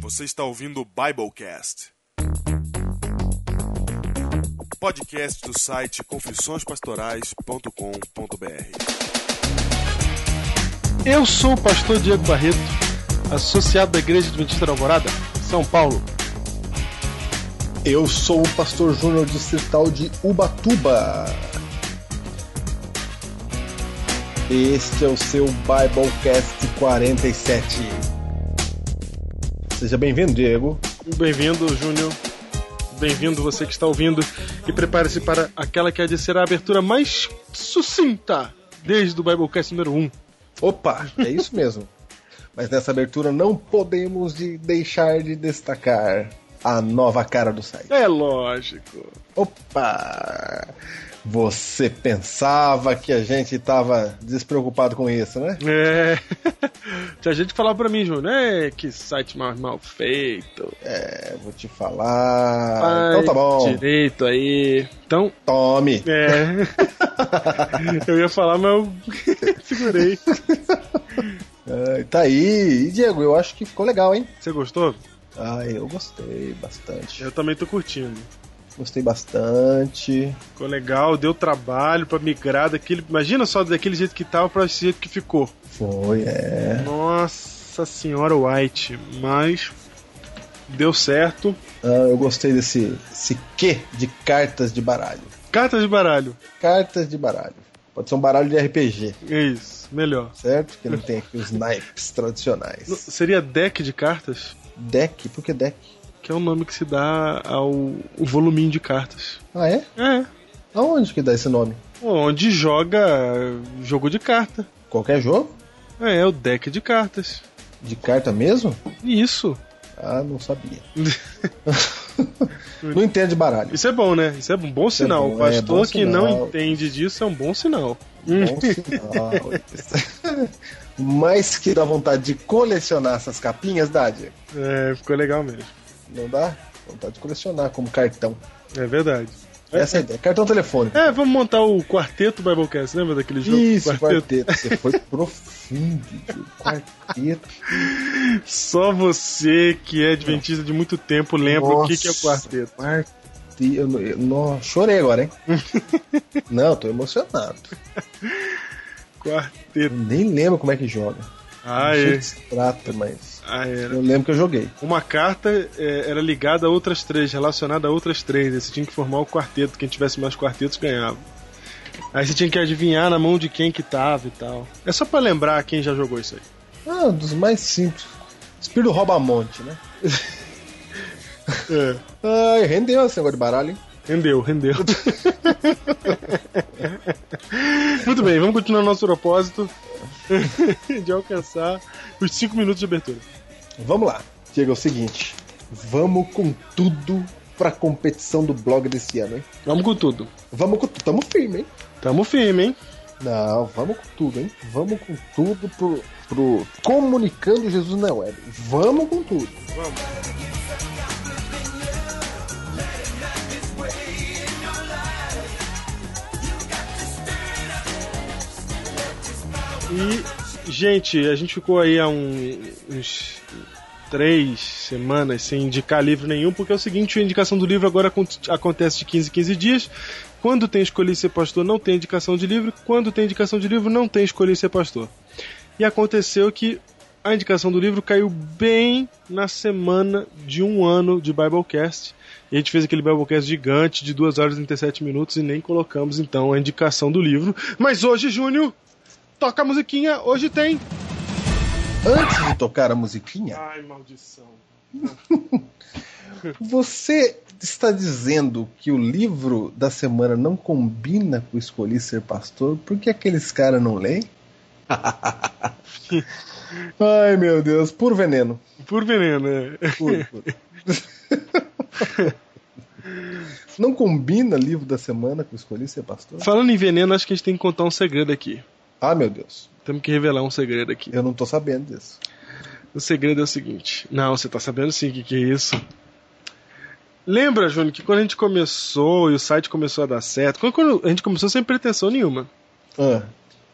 Você está ouvindo o Biblecast. Podcast do site confissõespastorais.com.br. Eu sou o pastor Diego Barreto, associado da Igreja Adventista da Alvorada, São Paulo. Eu sou o pastor Júnior Distrital de Ubatuba. Este é o seu Biblecast 47. Seja bem-vindo, Diego. Bem-vindo, Júnior. Bem-vindo você que está ouvindo e prepare-se para aquela que há de ser a abertura mais sucinta desde o Biblecast número 1. Opa, é isso mesmo. Mas nessa abertura não podemos de deixar de destacar a nova cara do site. É lógico. Opa! Você pensava que a gente estava despreocupado com isso, né? É. Tinha gente que falava pra mim, Júnior, é, que site mais mal feito. É, vou te falar. Faz então tá bom. Direito aí. Então, Tome. é. eu ia falar, mas eu segurei. É, tá aí. E Diego, eu acho que ficou legal, hein? Você gostou? Ah, eu gostei bastante. Eu também tô curtindo. Gostei bastante. Ficou legal, deu trabalho pra migrar daquele. Imagina só daquele jeito que tava pra esse jeito que ficou. Foi, é. Nossa senhora White, mas deu certo. Ah, eu gostei desse esse quê de cartas de baralho. Cartas de baralho. Cartas de baralho. Pode ser um baralho de RPG, É isso, melhor. certo? Que não tem aqui os naipes No- tradicionais. seria deck de cartas? Deck? Por que deck? Que é o nome que se dá ao o voluminho de cartas. Ah, é? É. Aonde que dá esse nome? Onde joga jogo de carta. Qualquer jogo? É, é o deck de cartas. De carta mesmo? Isso. Ah, não sabia. não entendo de baralho. Isso é bom, né? Isso é um bom sinal. bom, o é, pastor bom que não sinal. entende disso é um bom sinal. Uhum. Bom sinal. Mas que dá vontade de colecionar essas capinhas, dá, Diego? É, ficou legal mesmo. Não dá? Vontade de colecionar como cartão. É verdade. Essa é a ideia. Cartão telefônico. É, vamos montar o quarteto Biblecast, lembra daquele jogo? Isso, quarteto. Você foi profundo, Diego. Quarteto. Só você que é adventista de muito tempo lembra o que, que é o quarteto. Quarte- eu não- eu não- chorei agora, hein? não, tô emocionado. Quarteto. Eu nem lembro como é que joga. Ah, Não sei é. do que se trata, mas. Ah, era. Eu lembro que eu joguei. Uma carta é, era ligada a outras três, relacionada a outras três. Aí Você tinha que formar o quarteto. Quem tivesse mais quartetos ganhava. Aí você tinha que adivinhar na mão de quem que tava e tal. É só pra lembrar quem já jogou isso aí. Ah, um dos mais simples. Espírito rouba monte, né? É. Ai, rendeu esse negócio de baralho, hein? Rendeu, rendeu. Muito bem, vamos continuar nosso propósito de alcançar os 5 minutos de abertura. Vamos lá. Chega é o seguinte. Vamos com tudo pra competição do blog desse ano, hein? Vamos com tudo. Vamos com tudo. Tamo firme, hein? Tamo firme, hein? Não, vamos com tudo, hein? Vamos com tudo pro, pro Comunicando Jesus na Web. Vamos com tudo. E, gente, a gente ficou aí há um- uns três semanas sem indicar livro nenhum, porque é o seguinte, a indicação do livro agora acon- acontece de 15 em 15 dias. Quando tem escolher ser pastor, não tem indicação de livro. Quando tem indicação de livro, não tem escolher ser pastor. E aconteceu que a indicação do livro caiu bem na semana de um ano de Biblecast. E a gente fez aquele Biblecast gigante de 2 horas e 37 minutos e nem colocamos então a indicação do livro. Mas hoje, Júnior, toca a musiquinha, hoje tem. Antes de tocar a musiquinha, Ai, maldição. você está dizendo que o livro da semana não combina com Escolhi Ser Pastor porque aqueles caras não leem? Ai, meu Deus. Puro veneno. Por veneno, é. Puro, puro. Não combina livro da semana com Escolhi Ser Pastor? Falando em veneno, acho que a gente tem que contar um segredo aqui. Ah, meu Deus. Temos que revelar um segredo aqui. Eu não tô sabendo disso. O segredo é o seguinte. Não, você tá sabendo sim o que, que é isso. Lembra, Júnior, que quando a gente começou e o site começou a dar certo, quando, quando a gente começou sem pretensão nenhuma. Ah,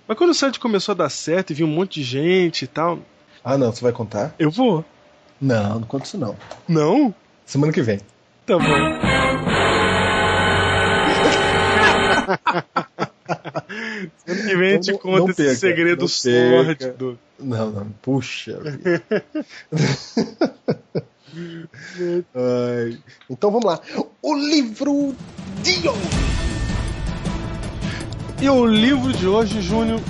Mas quando o site começou a dar certo e viu um monte de gente e tal, ah não. Você vai contar? eu vou. Não, não conto isso não. Não? Semana que vem. Tá bom. Semana que vem a gente Não- conta não esse perca, segredo não perca. sórdido. Não, não, puxa. vida. Ai, Então vamos lá. O livro de hoje. E o livro de hoje, Júnior,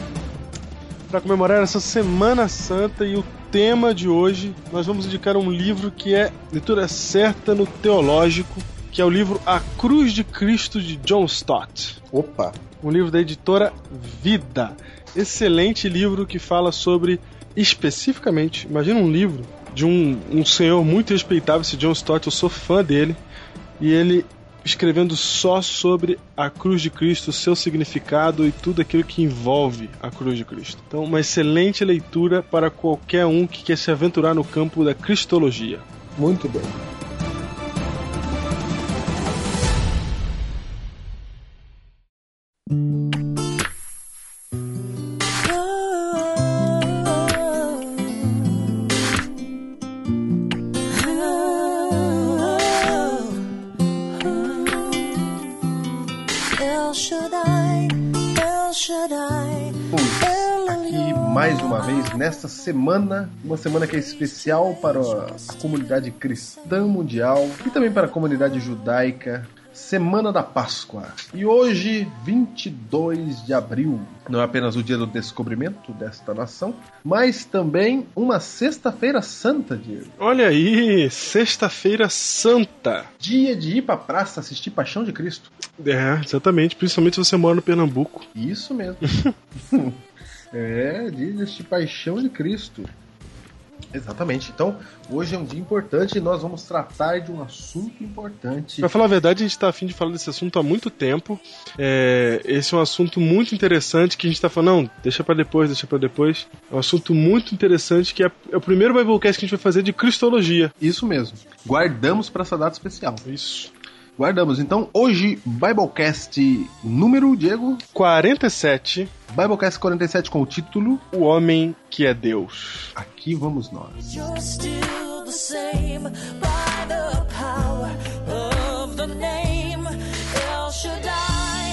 para comemorar essa Semana Santa e o tema de hoje, nós vamos indicar um livro que é leitura certa no teológico, que é o livro A Cruz de Cristo de John Stott Opa, um livro da editora Vida. Excelente livro que fala sobre, especificamente, imagina um livro de um, um senhor muito respeitável, esse John Stott, eu sou fã dele, e ele escrevendo só sobre a cruz de Cristo, seu significado e tudo aquilo que envolve a cruz de Cristo. Então, uma excelente leitura para qualquer um que quer se aventurar no campo da cristologia. muito bem. Should I? El Shaddai, El Elyon. E mais uma vez, nesta semana, uma semana que é especial para a comunidade cristã mundial e também para a comunidade judaica, Semana da Páscoa. E hoje, 22 de abril, não é apenas o dia do descobrimento desta nação, mas também uma Sexta-feira Santa, Diego. Olha aí, Sexta-feira Santa. Dia de ir pra praça assistir Paixão de Cristo. É, exatamente, principalmente se você mora no Pernambuco. Isso mesmo. é, diz este paixão de Cristo. Exatamente. Então, hoje é um dia importante e nós vamos tratar de um assunto importante. Pra falar a verdade, a gente tá afim de falar desse assunto há muito tempo. É, esse é um assunto muito interessante que a gente tá falando, não, deixa pra depois, deixa pra depois. É um assunto muito interessante que é, é o primeiro Biblecast que a gente vai fazer de Cristologia. Isso mesmo. Guardamos para essa data especial. Isso. Guardamos. Então, hoje, Biblecast número, Diego? 47, Biblecast 47 com o título o homem que é Deus. Aqui Vamos Nós. You're still the same by the power of the name El Shaddai,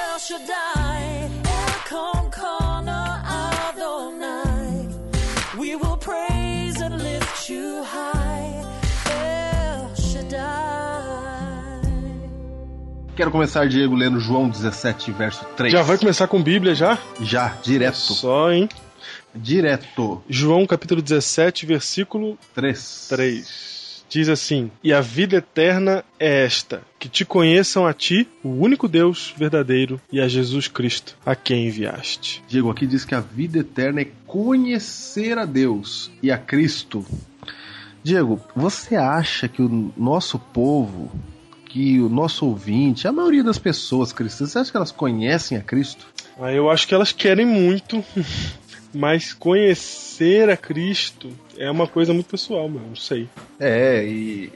El Shaddai, El Concona Adonai. We will praise and lift you high, El Shaddai. Quero começar, Diego, lendo João 17, verso 3. Já vai começar com Bíblia já? Já, direto. Só, hein? Direto. João capítulo 17, versículo 3. 3. Diz assim: E a vida eterna é esta, que te conheçam a ti, o único Deus verdadeiro, e a Jesus Cristo, a quem enviaste. Diego aqui diz que a vida eterna é conhecer a Deus e a Cristo. Diego, você acha que o nosso povo, que o nosso ouvinte, a maioria das pessoas cristãs, você acha que elas conhecem a Cristo? Ah, eu acho que elas querem muito, mas conhecer a Cristo é uma coisa muito pessoal, meu, não sei. É, e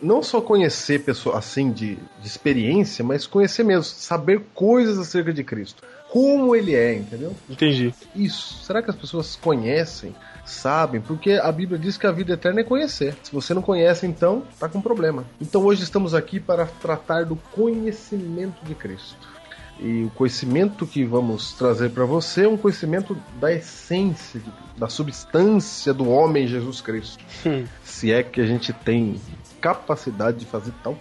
não só conhecer pessoa assim de, de experiência, mas conhecer mesmo, saber coisas acerca de Cristo. Como ele é, entendeu? Entendi. Isso. Será que as pessoas conhecem, sabem? Porque a Bíblia diz que a vida eterna é conhecer. Se você não conhece, então tá com problema. Então hoje estamos aqui para tratar do conhecimento de Cristo. E o conhecimento que vamos trazer para você é um conhecimento da essência, de- da substância do homem Jesus Cristo. Hum. Se é que a gente tem capacidade de fazer tal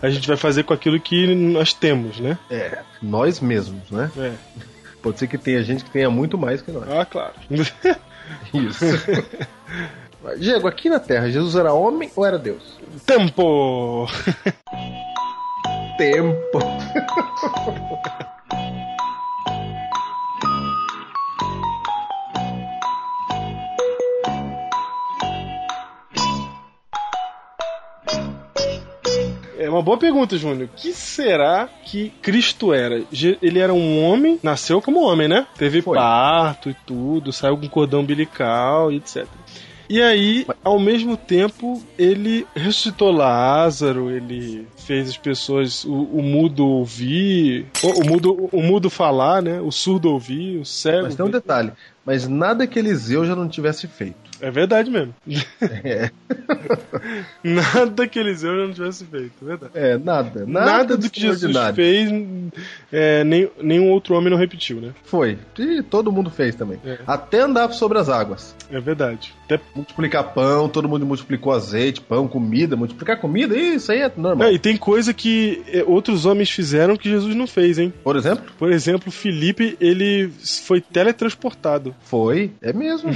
A gente vai fazer com aquilo que nós temos, né? é nós mesmos, né? É. Pode ser que tenha gente que tenha muito mais que nós. Ah, claro. Isso. Diego, aqui na Terra, Jesus era homem ou era Deus? Tempo! Tempo. É uma boa pergunta, Júnior. O que será que Cristo era? Je- Ele era um homem, nasceu como homem, né? Teve Foi. parto e tudo, saiu com cordão umbilical e etc. E aí, ao mesmo tempo, ele ressuscitou Lázaro, ele fez as pessoas, o, o mudo ouvir, o, o mudo, o mudo falar, né? O surdo ouvir, o cego. Mas tem um ver. detalhe. mas nada que Eliseu já não tivesse feito. É verdade mesmo. É, Nada que Eliseu já não tivesse feito, é verdade. é, nada. Nada, do de que Jesus extraordinário. fez, é, nem, nenhum outro homem não repetiu, né? Foi. E todo mundo fez também. É. Até andar sobre as águas. É verdade. Até- Multiplicar pão, todo mundo multiplicou azeite, pão, comida. Multiplicar comida, isso aí é normal. Não, e tem coisa que é, outros homens fizeram que Jesus não fez, hein? Por exemplo, Por exemplo, Felipe, ele foi teletransportado. foi. É mesmo.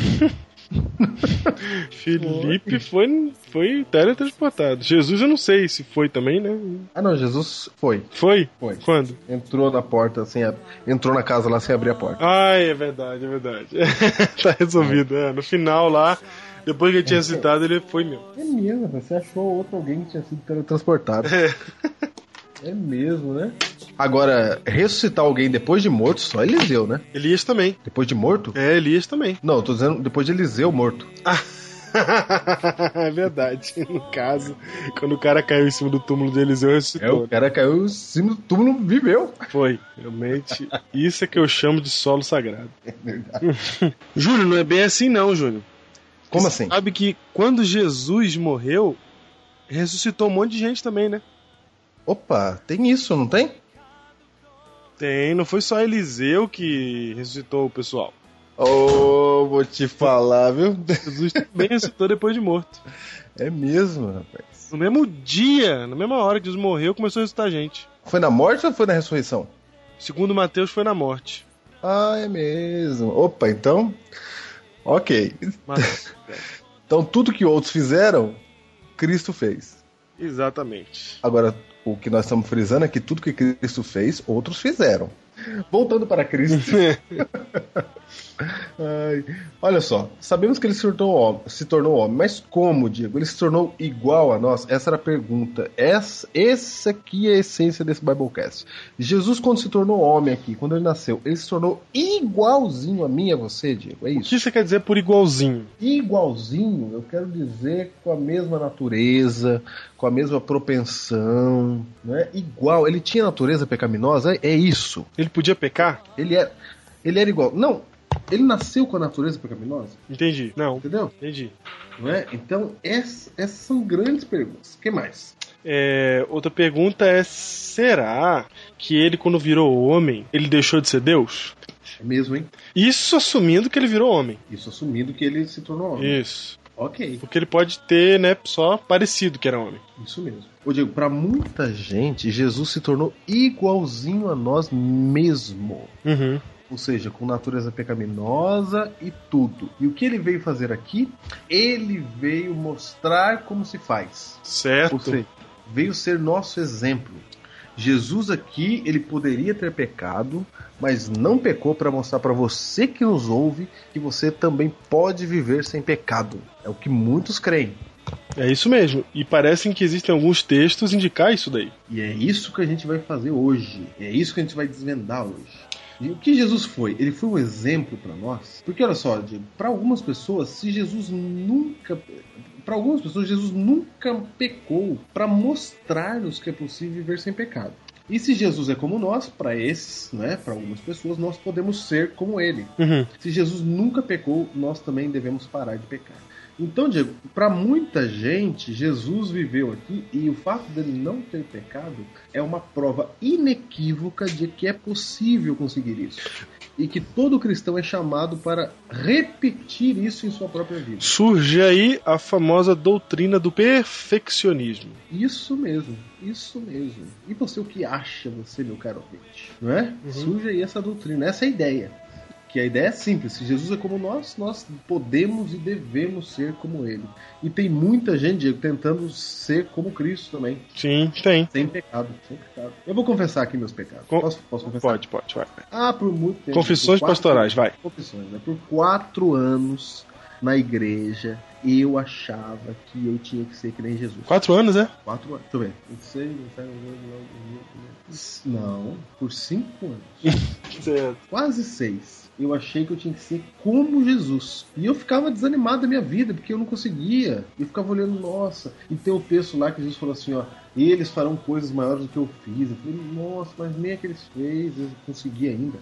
Felipe foi, foi teletransportado. Jesus, eu não sei se foi também, né? ah, não, Jesus foi. Foi? Foi. Quando? Entrou na porta sem a... Entrou na casa lá sem abrir a porta. Ai, é verdade, é verdade. tá resolvido. é. No final lá, depois que ele tinha citado, ele foi mesmo. É mesmo, você achou outro alguém que tinha sido teletransportado. É mesmo, né? Agora, ressuscitar alguém depois de morto, só Eliseu, né? Elias também. Depois de morto? É, Elias também. Não, eu tô dizendo depois de Eliseu morto. é verdade. No caso, quando o cara caiu em cima do túmulo de Eliseu, É, o ressuscitou. né? cara caiu em cima do túmulo, viveu. Foi. Realmente, isso é que eu chamo de solo sagrado. É Júlio, não é bem assim não, Júlio. Como Você assim? Sabe que quando Jesus morreu, ressuscitou um monte de gente também, né? Opa, tem isso, não tem? Tem, não foi só Eliseu que ressuscitou o pessoal. Ô, vou te falar, viu? Jesus também ressuscitou depois de morto. É mesmo, rapaz. No mesmo dia, na mesma hora que Jesus morreu, começou a ressuscitar gente. Foi na morte ou foi na ressurreição? Segundo Mateus, foi na morte. Ah, é mesmo. Opa, então. Ok. Mas- Então tudo que outros fizeram, Cristo fez. exatamente. Agora, o que nós estamos frisando é que tudo que Cristo fez, outros fizeram. Voltando para Cristo. Ai, olha só, sabemos que ele se tornou, homem, se tornou homem, mas como, Diego? Ele se tornou igual a nós? Essa era a pergunta. Essa, essa aqui é a essência desse Biblecast. Jesus, quando se tornou homem aqui, quando ele nasceu, ele se tornou igualzinho a mim e a você, Diego? É O isso? que você quer dizer por igualzinho? igualzinho, eu quero dizer com a mesma natureza, com a mesma propensão, né? Igual, ele tinha natureza pecaminosa, é, é isso. Ele podia pecar? Ele era, ele era igual. Não, ele nasceu com a natureza pecaminosa, Entendi. Não, entendeu? entendi. Não é? Então, essas, essas são grandes perguntas. O que mais? É, outra pergunta é: será que ele, quando virou homem, ele deixou de ser Deus? É mesmo, hein? Isso assumindo que ele virou homem. Isso assumindo que ele se tornou homem. Isso. Ok. Porque ele pode ter, né, só parecido que era homem. Isso mesmo. Ô Diego, pra muita gente, Jesus se tornou igualzinho a nós mesmo. Uhum. ou seja, com natureza pecaminosa e tudo. E o que ele veio fazer aqui? Ele veio mostrar como se faz. Certo. Ou seja, veio ser nosso exemplo. Jesus aqui, ele poderia ter pecado, mas não pecou para mostrar para você que nos ouve que você também pode viver sem pecado. É o que muitos creem. É isso mesmo. E parecem que existem alguns textos indicar isso daí. E é isso que a gente vai fazer hoje. É isso que a gente vai desvendar hoje. E o que Jesus foi? Ele foi um exemplo para nós? Porque olha só, para algumas pessoas, se Jesus nunca para algumas pessoas Jesus nunca pecou para mostrar-nos que é possível viver sem pecado. E se Jesus é como nós, para esses, né, para algumas pessoas, nós podemos ser como ele. Uhum. Se Jesus nunca pecou, nós também devemos parar de pecar. Então, Diego, para muita gente, Jesus viveu aqui e o fato dele não ter pecado é uma prova inequívoca de que é possível conseguir isso. E que todo cristão é chamado para repetir isso em sua própria vida. Surge aí a famosa doutrina do perfeccionismo. Isso mesmo, isso mesmo. E você o que acha, você, meu caro ouvinte? Não é? Uhum. Surge aí essa doutrina, essa é a ideia. Que a ideia é simples, se Jesus é como nós, nós podemos e devemos ser como ele. E tem muita gente, Diego, tentando ser como Cristo também, Sim, tem. sem pecado, sem pecado. Eu vou confessar aqui meus pecados. Com- Posso, posso confessar? Pode, pode, vai. Ah, por muito tempo. Confissões por quatro- pastorais, vai. Confissões, né? Por quatro anos na igreja, eu achava que eu tinha que ser que nem Jesus. Quatro anos, é? Quatro anos. Deixa eu ver. 26, 27, 28, 29, 30. Não, por cinco anos. Certo. Quase seis. Eu achei que eu tinha que ser como Jesus. E eu ficava desanimado da minha vida, porque eu não conseguia. Eu ficava olhando, nossa. E tem o texto lá que Jesus falou assim: ó, eles farão coisas maiores do que eu fiz. Eu falei, nossa, mas nem aqueles fez, eu consegui ainda.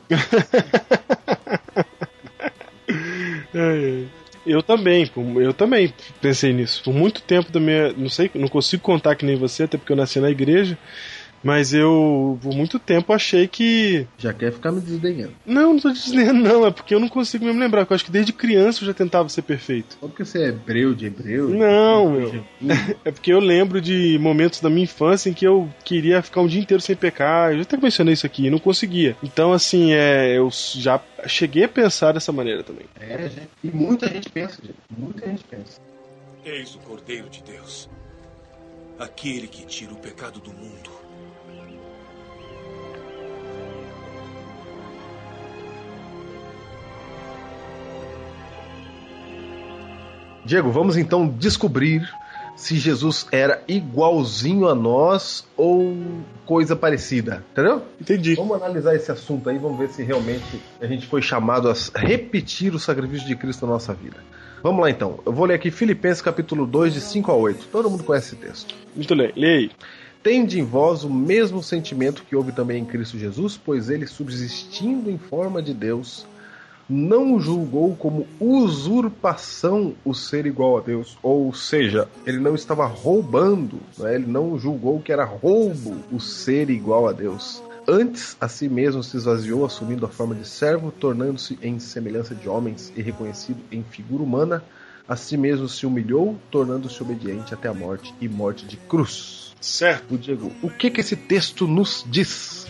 Ai, ai. Eu também, por- eu também pensei nisso. Por muito tempo da minha. Não sei, não consigo contar que nem você, até porque eu nasci na igreja. Mas eu, por muito tempo, achei que. Já quer ficar me desdenhando. Não, não tô dizendo, não, é porque eu não consigo mesmo lembrar. que Eu acho que desde criança eu já tentava ser perfeito. Só porque você é hebreu de hebreu? Não, meu. É porque eu lembro de momentos da minha infância em que eu queria ficar um dia inteiro sem pecar. Eu já até mencionei isso aqui, e não conseguia. Então, assim, é, eu já cheguei a pensar dessa maneira também. É, gente. E muita gente pensa, gente. Muita gente pensa. Eis o Cordeiro de Deus, aquele que tira o pecado do mundo. Diego, vamos então descobrir se Jesus era igualzinho a nós ou coisa parecida, entendeu? Entendi. Vamos analisar esse assunto aí, vamos ver se realmente a gente foi chamado a repetir o sacrifício de Cristo na nossa vida. Vamos lá então. Eu vou ler aqui Filipenses capítulo 2, de 5 a 8. Todo mundo conhece esse texto. Muito bem, leia aí. Tende em vós o mesmo sentimento que houve também em Cristo Jesus, pois ele, subsistindo em forma de Deus, não julgou como usurpação o ser igual a Deus. Ou seja, ele não estava roubando, né? ele não julgou que era roubo o ser igual a Deus. Antes, a si mesmo se esvaziou, assumindo a forma de servo, tornando-se em semelhança de homens e reconhecido em figura humana, a si mesmo se humilhou, tornando-se obediente até a morte e morte de cruz. Certo. O Diego, o que que esse texto nos diz?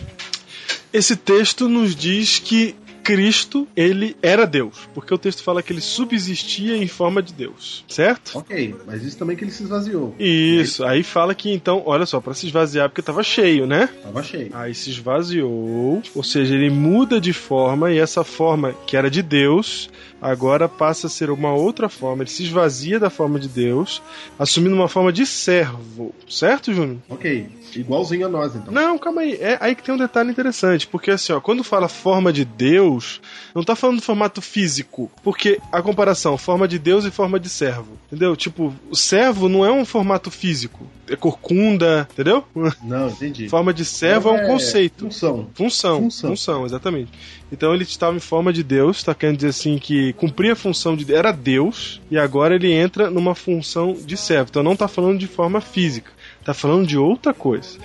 Esse texto nos diz que Cristo, ele era Deus, porque o texto fala que ele subsistia em forma de Deus, certo? Ok, mas isso também que ele se esvaziou. Isso, aí fala que então, olha só, pra se esvaziar, porque tava cheio, né? Tava cheio. Aí se esvaziou, ou seja, ele muda de forma e essa forma que era de Deus agora passa a ser uma outra forma. Ele se esvazia da forma de Deus, assumindo uma forma de servo, certo, Júnior? Ok, igualzinho a nós então. Não, calma aí. É aí que tem um detalhe interessante, porque assim, ó, quando fala forma de Deus, não tá falando do formato físico, porque a comparação, forma de Deus e forma de servo, entendeu? Tipo, o servo não é um formato físico, é corcunda, entendeu? Não, entendi. Então Forma de servo é um conceito. Função. Função, função, Função. exatamente. Então ele estava em forma de Deus, tá querendo dizer assim que cumpria a função de era Deus e agora ele entra numa função de servo. Então não tá falando de forma física, tá falando de outra coisa.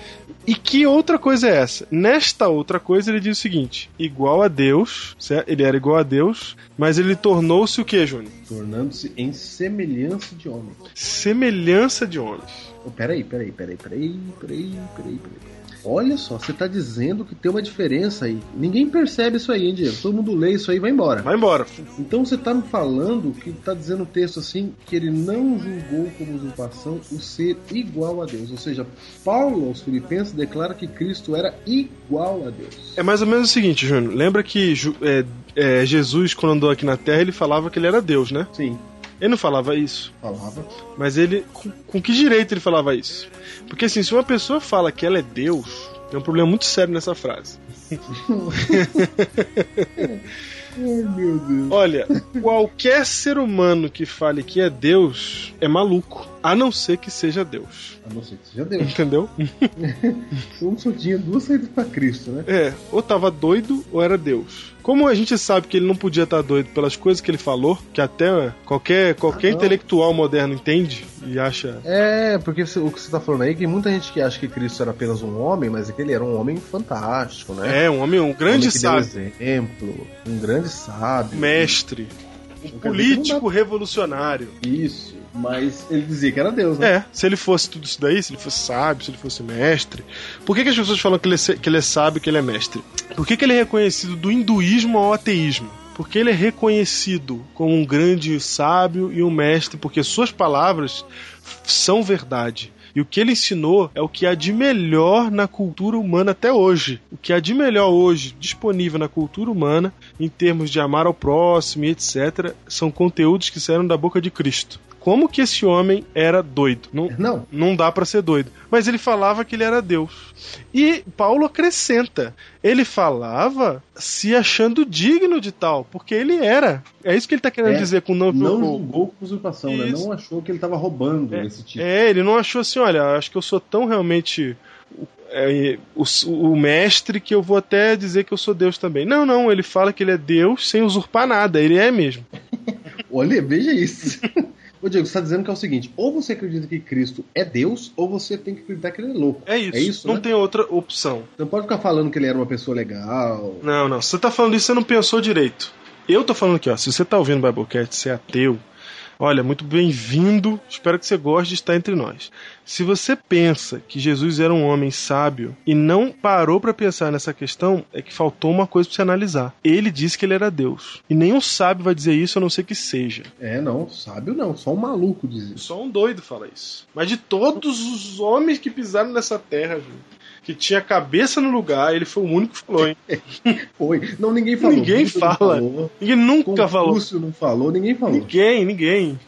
E que outra coisa é essa? Nesta outra coisa ele diz o seguinte: igual a Deus, certo? ele era igual a Deus, mas ele tornou-se o que, Júnior? Tornando-se em semelhança de homem. Semelhança de homens. Oh, peraí, peraí, peraí, peraí, peraí, peraí, peraí. Olha só, você tá dizendo que tem uma diferença aí. Ninguém percebe isso aí, hein, Diego? Todo mundo lê isso aí e vai embora. Vai embora. Então você tá me falando que tá dizendo o texto assim que ele não julgou como usurpação o ser igual a Deus. Ou seja, Paulo aos Filipenses declara que Cristo era igual a Deus. É mais ou menos o seguinte, Júnior. Lembra que Ju- é, é, Jesus, quando andou aqui na Terra, ele falava que ele era Deus, né? Sim, Ele não falava isso, falava. mas ele. Com, com que direito ele falava isso? Porque assim, se uma pessoa fala que ela é Deus, tem um problema muito sério nessa frase. Ai meu Deus. Olha, qualquer ser humano que fale que é Deus é maluco, a não ser que seja Deus. A não ser que seja Deus. Entendeu? Como só tinha Um duas saídas pra Cristo, né? É, ou tava doido ou era Deus. Como a gente sabe que ele não podia estar doido pelas coisas que ele falou, que até qualquer, qualquer Ah, não. intelectual moderno entende e acha. É, porque você- o que você tá falando aí, que muita gente que acha que Cristo era apenas um homem, mas é que ele era um homem fantástico, né? É, um homem, um grande Homem que deu sábio. exemplo, um grande sábio. mestre, um Quer dizer, não político revolucionário. Isso, mas ele dizia que era Deus, né? É, se ele fosse tudo isso daí, se ele fosse sábio, se ele fosse mestre. Por que, que as pessoas falam que ele, é, se- que ele é sábio, que ele é mestre? Por que, que ele é reconhecido do hinduísmo ao ateísmo? Porque ele é reconhecido como um grande sábio e um mestre, porque suas palavras f- são verdade. E o que ele ensinou é o que há de melhor na cultura humana até hoje. O que há de melhor hoje disponível na cultura humana, em termos de amar ao próximo e etc., são conteúdos que saíram da boca de Cristo. Como que esse homem era doido? Não, Não, não dá pra ser doido. Mas ele falava que ele era Deus. E Paulo acrescenta: ele falava se achando digno de tal, porque ele era. É isso que ele tá querendo É, dizer com não não julgou. julgou com usurpação, né? Isso. Não achou que ele tava roubando É, esse tipo. É, ele não achou assim, olha, acho que eu sou tão realmente é, o, o mestre que eu vou até dizer que eu sou Deus também. Não, não, ele fala que ele é Deus sem usurpar nada, ele é mesmo. Olha, veja isso. Ô Diego, você está dizendo que é o seguinte: ou você acredita que Cristo é Deus, ou você tem que acreditar que ele é louco. É isso. É isso não né? tem outra opção. Não pode ficar falando que ele era uma pessoa legal. Não, não. Se você tá falando isso, você não pensou direito. Eu tô falando aqui, ó. Se você tá ouvindo o Biblecast, você é ateu. Olha, muito bem-vindo. Espero que você goste de estar entre nós. Se você pensa que Jesus era um homem sábio e não parou pra pensar nessa questão, é que faltou uma coisa pra você analisar. Ele disse que ele era Deus. E nenhum sábio vai dizer isso, a não ser que seja. É, não, sábio não, só um maluco diz isso. Só um doido fala isso. Mas de todos os homens que pisaram nessa terra, viu, que tinha a cabeça no lugar, ele foi o único que falou, hein? Foi. Não, ninguém falou. Ninguém Buda fala. Não falou. Ninguém nunca falou. Confúcio não falou, ninguém falou. Ninguém, ninguém.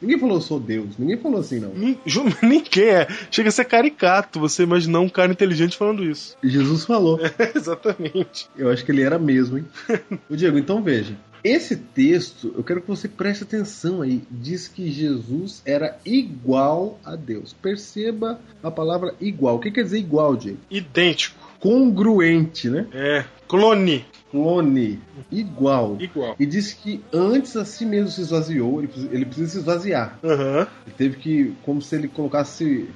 Ninguém falou, eu sou Deus. Ninguém falou assim, não. Nin- ju- Ninguém é. Chega a ser caricato você imaginar um cara inteligente falando isso. Jesus falou. Exatamente. Eu acho que ele era mesmo, hein? Ô, Diego, então veja. Esse texto, eu quero que você preste atenção aí. Diz que Jesus era igual a Deus. Perceba a palavra igual. O que quer dizer igual, Diego? Idêntico. Congruente, né? É. Clone. Clone. Igual. Igual. E diz que antes a si mesmo se esvaziou, ele precisa, ele precisa se esvaziar. Aham. Ele teve que, como se ele colocasse,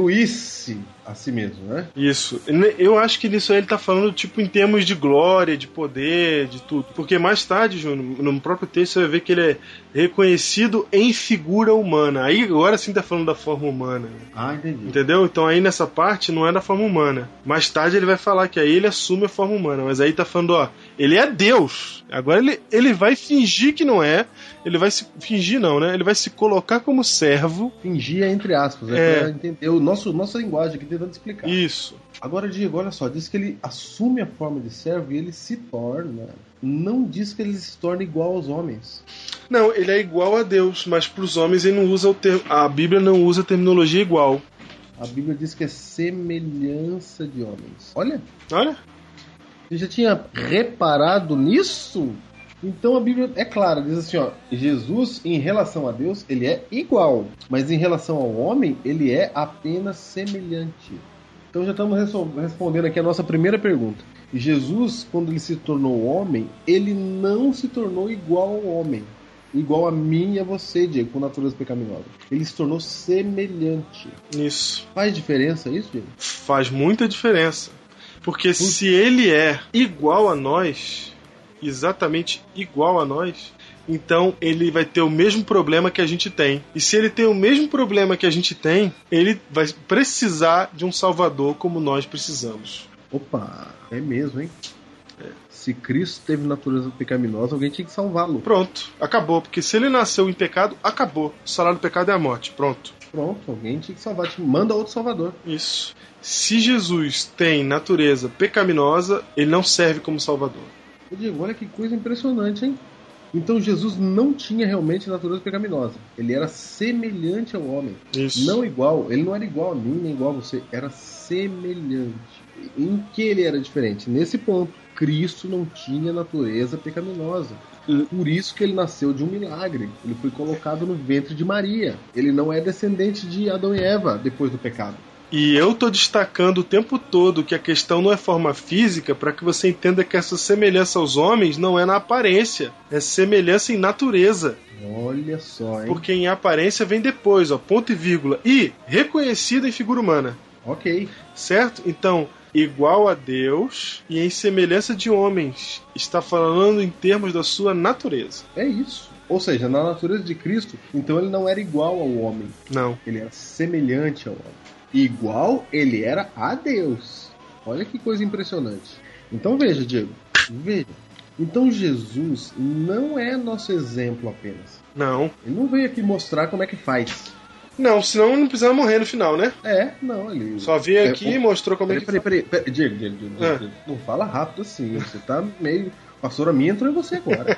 diminuísse a si mesmo, né? Isso. Ne- Eu acho que nisso aí ele tá falando, tipo, em termos de glória, de poder, de tudo. Porque mais tarde, Júnior, no próprio texto, você vai ver que ele é reconhecido em figura humana. Aí agora sim tá falando da forma humana. Ah, entendi. Entendeu? Então aí nessa parte não é da forma humana. Mais tarde ele vai falar que aí ele assume a forma humana. Mas aí tá falando, ó, ele é Deus. Agora ele, ele vai fingir que não é. Ele vai se. Fingir não, né? Ele vai se colocar como servo. Fingia entre aspas, É. é, pra entender o nosso, nossa linguagem aqui tentando explicar. Isso. Agora, Diego, olha só, diz que ele assume a forma de servo e ele se torna. Não diz que ele se torna igual aos homens. Não, ele é igual a Deus, mas pros homens ele não usa o termo. A Bíblia não usa a terminologia igual. A Bíblia diz que é semelhança de homens. Olha, Olha. Você já tinha reparado nisso? Então a Bíblia é clara, diz assim, ó, Jesus em relação a Deus, ele é igual, mas em relação ao homem, ele é apenas semelhante. Então já estamos resol- respondendo aqui a nossa primeira pergunta. Jesus, quando ele se tornou homem, ele não se tornou igual ao homem, igual a mim e a você, Diego, com natureza pecaminosa. Ele se tornou semelhante. Isso. Faz diferença isso, Diego? Faz muita diferença. Porque se ele é igual a nós, exatamente igual a nós, então ele vai ter o mesmo problema que a gente tem. E se ele tem o mesmo problema que a gente tem, ele vai precisar de um salvador como nós precisamos. Opa, é mesmo, hein? É. Se Cristo teve natureza pecaminosa, alguém tinha que salvá-lo. Pronto, acabou. Porque se ele nasceu em pecado, acabou. O salário do pecado é a morte. Pronto. Pronto, alguém tinha que salvar. Tipo, Manda outro salvador. Isso. Se Jesus tem natureza pecaminosa, ele não serve como salvador. Eu digo, olha que coisa impressionante, hein? Então Jesus não tinha realmente natureza pecaminosa. Ele era semelhante ao homem. Isso. Não igual. Ele não era igual a mim, nem igual a você. Era semelhante. Em que ele era diferente? Nesse ponto, Cristo não tinha natureza pecaminosa. Por isso que ele nasceu de um milagre. Ele foi colocado no ventre de Maria. Ele não é descendente de Adão e Eva depois do pecado. E eu tô destacando o tempo todo que a questão não é forma física para que você entenda que essa semelhança aos homens não é na aparência, é semelhança em natureza, Olha só, hein? porque em aparência vem depois, ó, ponto e vírgula, e reconhecida em figura humana, Ok. certo? Então, igual a Deus e em semelhança de homens, está falando em termos da sua natureza. É isso. Ou seja, na natureza de Cristo, então ele não era igual ao homem. Não, Ele era semelhante ao homem. Igual ele era a Deus. Olha que coisa impressionante. Então veja, Diego. Veja. Então Jesus não é nosso exemplo apenas. não. Ele não veio aqui mostrar como é que faz. Não, senão não precisava morrer no final, né? É, não, ele. Só veio aqui É, e mostrou como é Peraí, que peraí, peraí, peraí. Diego, Diego, Diego, Diego, Ah. Diego, Não fala rápido assim. Você tá meio. A Pastora minha entrou em é você agora.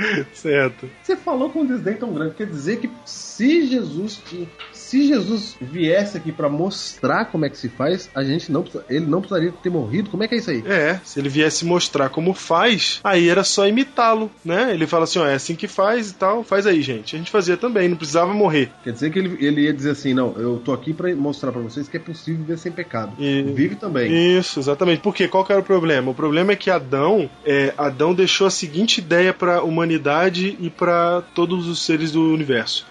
é. Certo. Você falou com um desdém tão grande, quer dizer que se Jesus te- se Jesus viesse aqui pra mostrar como é que se faz, a gente não precisa- ele não precisaria ter morrido. Como é que é isso aí? É, se ele viesse mostrar como faz, aí era só imitá-lo, né? Ele fala assim, ó, é assim que faz e tal, faz aí, gente. A gente fazia também, não precisava morrer. Quer dizer que ele, ele ia dizer assim, não, eu tô aqui pra mostrar pra vocês que é possível viver sem pecado. E- Vive também. Isso, exatamente. Porque qual que era o problema? O problema é que Adão, é, a- Adão deixou a seguinte ideia para a humanidade e para todos os seres do universo.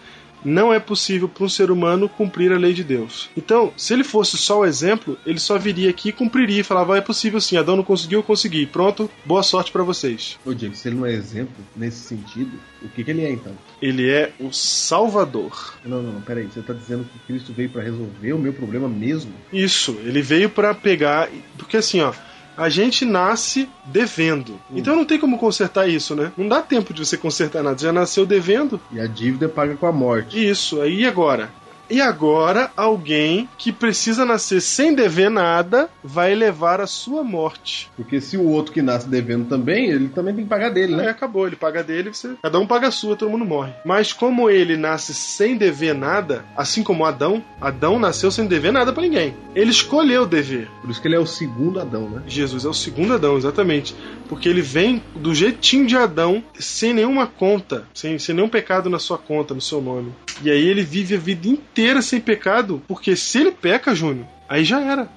Não é possível para um ser humano cumprir a lei de Deus. Então, se ele fosse só o exemplo, ele só viria aqui e cumpriria e falava: "Ah, é possível sim, Adão não conseguiu, eu consegui. Pronto, boa sorte para vocês. Ô, Diego, se ele não é exemplo nesse sentido, o que, que ele é então? Ele é o Salvador. Não, não, não, peraí. Você tá dizendo que Cristo veio pra resolver o meu problema mesmo? Isso, ele veio pra pegar. Porque assim, ó. A gente nasce devendo. Então não tem como consertar isso, né? Não dá tempo de você consertar nada. Você já nasceu devendo? E a dívida é paga com a morte. Isso, aí e agora? E agora, alguém que precisa nascer sem dever nada vai levar a sua morte. Porque se o outro que nasce devendo também, ele também tem que pagar dele, Aí né? acabou, ele paga dele, você. Cada um paga a sua, todo mundo morre. Mas como ele nasce sem dever nada, assim como Adão, Adão nasceu sem dever nada pra ninguém. Ele escolheu dever. Por isso que ele é o segundo Adão, né? Jesus é o segundo Adão, exatamente. Porque ele vem do jeitinho de Adão, sem nenhuma conta, sem, sem nenhum pecado na sua conta, no seu nome. E aí ele vive a vida inteira sem pecado, porque se ele peca, Júnior, aí já era.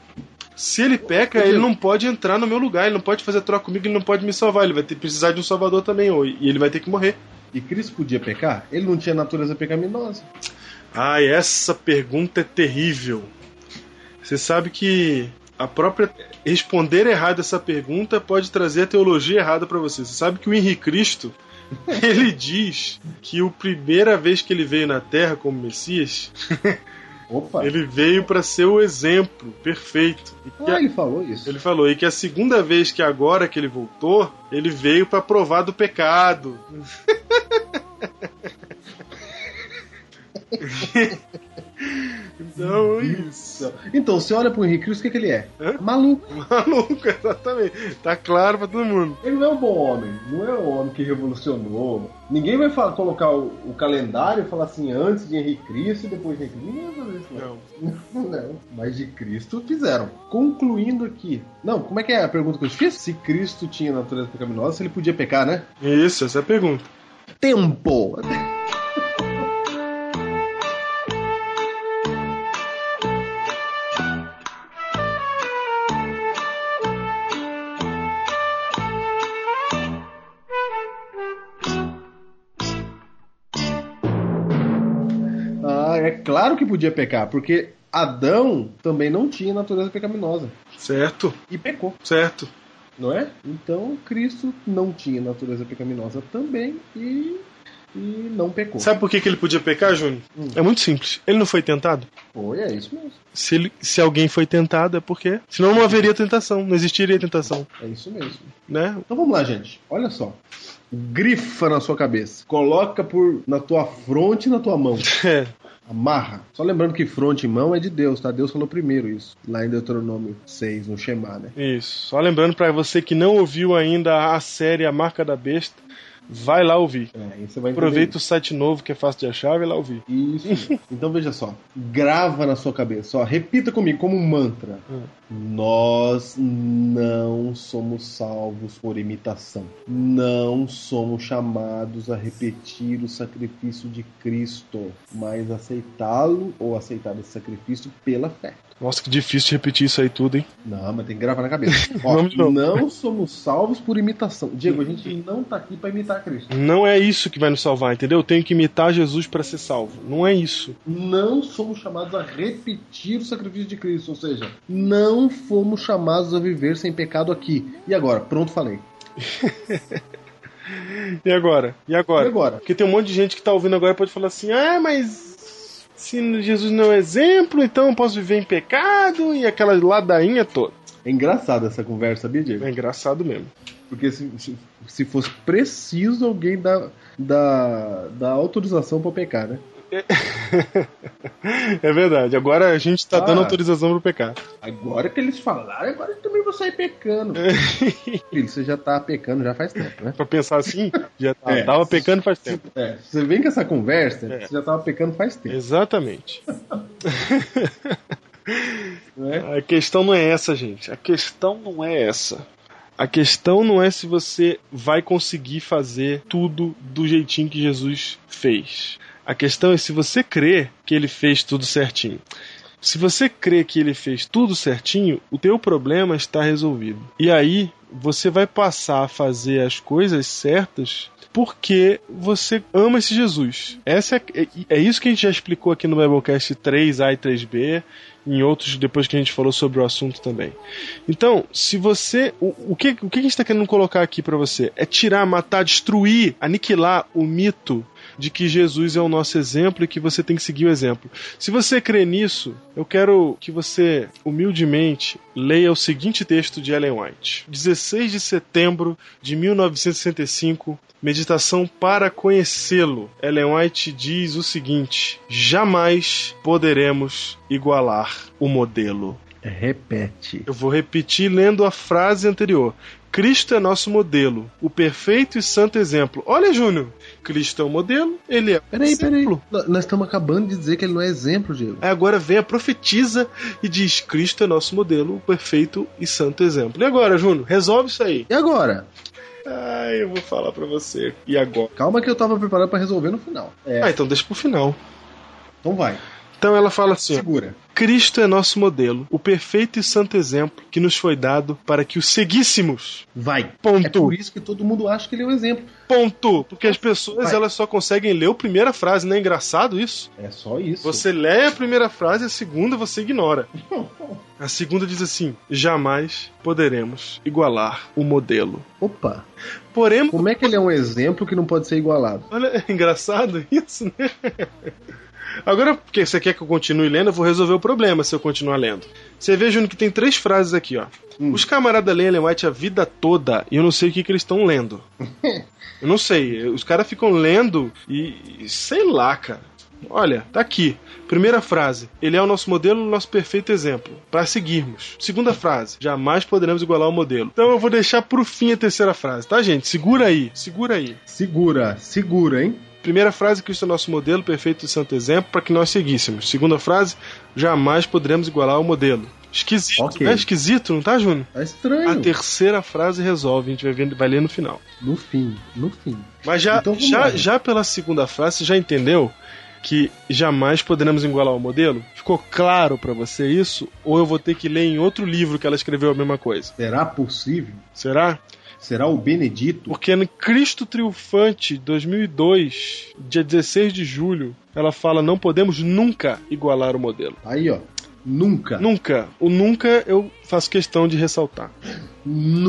Se ele peca, ele não pode entrar no meu lugar, ele não pode fazer troca comigo, ele não pode me salvar, ele vai ter, precisar de um salvador também, ou, e ele vai ter que morrer. E Cristo podia pecar? Ele não tinha natureza pecaminosa. Ai, essa pergunta é terrível. Você sabe que a própria responder errado essa pergunta pode trazer a teologia errada para você. Você sabe que o Henri Cristo ele diz que a primeira vez que ele veio na Terra como Messias, Opa! ele veio para ser o exemplo perfeito. E que a- Ah, ele falou isso. ele falou e que a segunda vez que agora que ele voltou, ele veio para provar do pecado. então, é isso. Então, você olha pro Henrique Cristo, o que, que ele é? Hã? Maluco. Maluco, exatamente. Tá claro pra todo mundo. Ele não é um bom homem. Não é um homem que revolucionou. Ninguém vai falar- colocar o, o calendário e falar assim, antes de Henrique Cristo e depois de Henrique Cristo. Ninguém vai fazer isso, não. Não. Não, mas de Cristo fizeram. Concluindo aqui. Não, como é que é a pergunta que eu te fiz? Se Cristo tinha natureza pecaminosa, ele podia pecar, né? Isso, essa é a pergunta. Tempo! Ah, é claro que podia pecar, porque Adão também não tinha natureza pecaminosa. Certo, E pecou, certo. não é? Então Cristo não tinha natureza pecaminosa também e, e não pecou. Sabe por que, que ele podia pecar, Júnior? Hum. É muito simples. Ele não foi tentado? Foi, é isso mesmo. Se, ele- se alguém foi tentado, é porque. Senão não haveria tentação, não existiria tentação. É isso mesmo. Né? Então vamos lá, gente. Olha só. Grifa na sua cabeça. Coloca por na tua fronte e na tua mão. É. Amarra. Só lembrando que fronte e mão é de Deus, tá? Deus falou primeiro isso. Lá em Deuteronômio 6, no Shema, né? Isso. Só lembrando pra você que não ouviu ainda a série A Marca da Besta, vai lá ouvir. É, aí você vai entender Aproveita o site novo que é fácil de achar, vai lá ouvir. Isso. Então veja só, grava na sua cabeça, ó, repita comigo como um mantra. Hum. Nós não somos salvos por imitação. Não somos chamados a repetir o sacrifício de Cristo, mas aceitá-lo ou aceitar esse sacrifício pela fé. Nossa, que difícil de repetir isso aí tudo, hein? Não, mas tem que gravar na cabeça. Ó, Vamos de novo. não somos salvos por imitação. Diego, a gente não tá aqui para imitar Cristo. Não é isso que vai nos salvar, entendeu? Eu tenho que imitar Jesus pra ser salvo. Não é isso. não somos chamados a repetir o sacrifício de Cristo, ou seja, não fomos chamados a viver sem pecado aqui. E agora? Pronto, falei. E agora? E E agora? agora? Porque tem um monte de gente que tá ouvindo agora e pode falar assim: ah, mas se Jesus não é exemplo, então eu posso viver em pecado e aquela ladainha toda. É engraçada essa conversa, sabia, Diego? É engraçado mesmo. Porque se, se, se fosse preciso, alguém dá, dá, dá autorização pra pecar, né? É verdade. Agora a gente tá Ah. dando autorização pro pecado. Agora que eles falaram, agora eu também vou sair pecando. Filho, você já tá pecando já faz tempo, né? Pra pensar assim, já tá- É. tava pecando faz tempo. É, você vem com essa conversa, você já tava pecando faz tempo, Exatamente. né? A questão não é essa, gente. A questão não é essa. A questão não é se você vai conseguir fazer tudo do jeitinho que Jesus fez. A questão é se você crê que ele fez tudo certinho. Se você crê que ele fez tudo certinho, o teu problema está resolvido. E aí você vai passar a fazer as coisas certas porque você ama esse Jesus. Essa é, é, é isso que a gente já explicou aqui no Biblecast 3A e 3B, em outros depois que a gente falou sobre o assunto também. Então, se você. O, o, que, o que a gente está querendo colocar aqui para você? É tirar, matar, destruir, aniquilar o mito de que Jesus é o nosso exemplo e que você tem que seguir o exemplo. Se você crê nisso, eu quero que você humildemente leia o seguinte texto de Ellen White. 16 de setembro de 1965, Meditação para conhecê-lo. Ellen White diz o seguinte: jamais poderemos igualar o modelo. Repete. Eu vou repetir lendo a frase anterior. Cristo é nosso modelo, o perfeito e santo exemplo. Olha, Júnior, Cristo é o modelo, ele é Peraí, peraí. exemplo. N- Nós estamos acabando de dizer que ele não é exemplo, Diego. Aí agora vem a profetisa e diz: Cristo é nosso modelo, o perfeito e santo exemplo. E agora, Júnior, resolve isso aí. E agora? Ai, eu vou falar pra você. E agora? Calma que eu tava preparado pra resolver no final. É, Ah, então deixa pro final. então vai. Então ela fala assim: ó, Segura. Cristo é nosso modelo, o perfeito e santo exemplo que nos foi dado para que o seguíssemos. Vai. Ponto. É por isso que todo mundo acha que ele é um exemplo. Ponto. Porque as pessoas Vai. elas só conseguem ler a primeira frase, não é engraçado isso? É só isso. Você lê a primeira frase, a segunda você ignora. A segunda diz assim: jamais poderemos igualar o modelo. Opa. Porém, Como é que ele é um exemplo que não pode ser igualado? olha, é engraçado isso, né? Agora, porque você quer que eu continue lendo, eu vou resolver o problema se eu continuar lendo. Você vê, Júnior, que tem três frases aqui, ó. Os camaradas leem Ellen White a vida toda e eu não sei o que, que eles estão lendo. eu não sei. Os caras ficam lendo e. e sei lá, cara. Olha, tá aqui. Primeira frase: Ele é o nosso modelo, o nosso perfeito exemplo. Pra seguirmos. Segunda frase: Jamais poderemos igualar o modelo. Então eu vou deixar pro fim a terceira frase, tá, gente? Segura aí, segura aí. Segura, segura, hein? Primeira frase, Cristo é nosso modelo, perfeito e santo exemplo, para que nós seguíssemos. Segunda frase, jamais poderemos igualar o modelo. Esquisito, Ok. né? Esquisito, não tá, Júnior? Tá A estranho. terceira frase resolve, a gente vai, ver, vai ler no final. No fim, no fim. Mas já, Então vamos já, lá. já pela segunda frase, você já entendeu que jamais poderemos igualar o modelo? Ficou claro para você isso? Ou eu vou ter que ler em outro livro que ela escreveu a mesma coisa? Será possível? Será? Será o Benedito? Porque no Cristo Triunfante 2002, dia 16 de julho, ela fala: não podemos nunca igualar o modelo. Aí, ó. Nunca. Nunca. O nunca eu faço questão de ressaltar.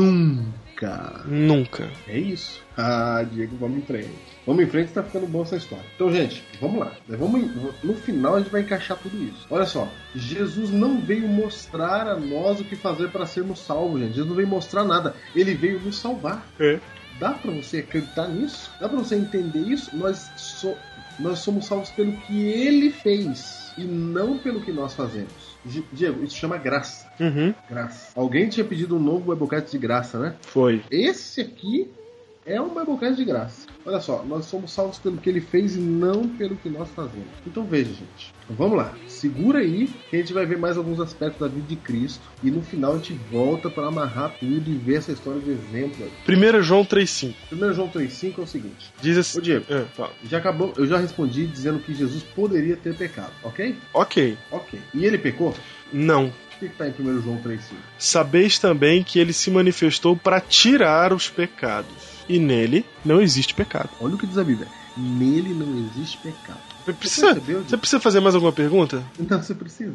Nunca. Nunca. É isso. Ah, Diego, vamos em frente. Vamos em frente, tá ficando bom essa história. Então, gente, vamos lá. Nós Vamos em- no final a gente vai encaixar tudo isso. Olha só, Jesus não veio mostrar a nós o que fazer para sermos salvos, gente. Jesus não veio mostrar nada. Ele veio nos salvar. É. Dá pra você acreditar nisso? Dá pra você entender isso? Nós, so- nós somos salvos pelo que ele fez e não pelo que nós fazemos. Di- Diego, isso chama graça. Uhum. Graça. Alguém tinha pedido um novo webcast de graça, né? Foi. Esse aqui é um Biblecast de graça. Olha só, nós somos salvos pelo que ele fez e não pelo que nós fazemos. Então veja, gente. Vamos lá, segura aí que a gente vai ver mais alguns aspectos da vida de Cristo e no final a gente volta para amarrar tudo e ver essa história de exemplo. aí. 1 João 3,5. 1 João 3,5 é o seguinte: Diz assim. Ô, Diego. É, fala. já acabou, eu já respondi dizendo que Jesus poderia ter pecado, ok? Ok. Ok. E ele pecou? Não. O que está em 1 João 3,5? Sabeis também que ele se manifestou para tirar os pecados. E nele não existe pecado. Olha o que diz a Bíblia: nele não existe pecado. Precisa- percebeu, você precisa fazer mais alguma pergunta? Então você precisa.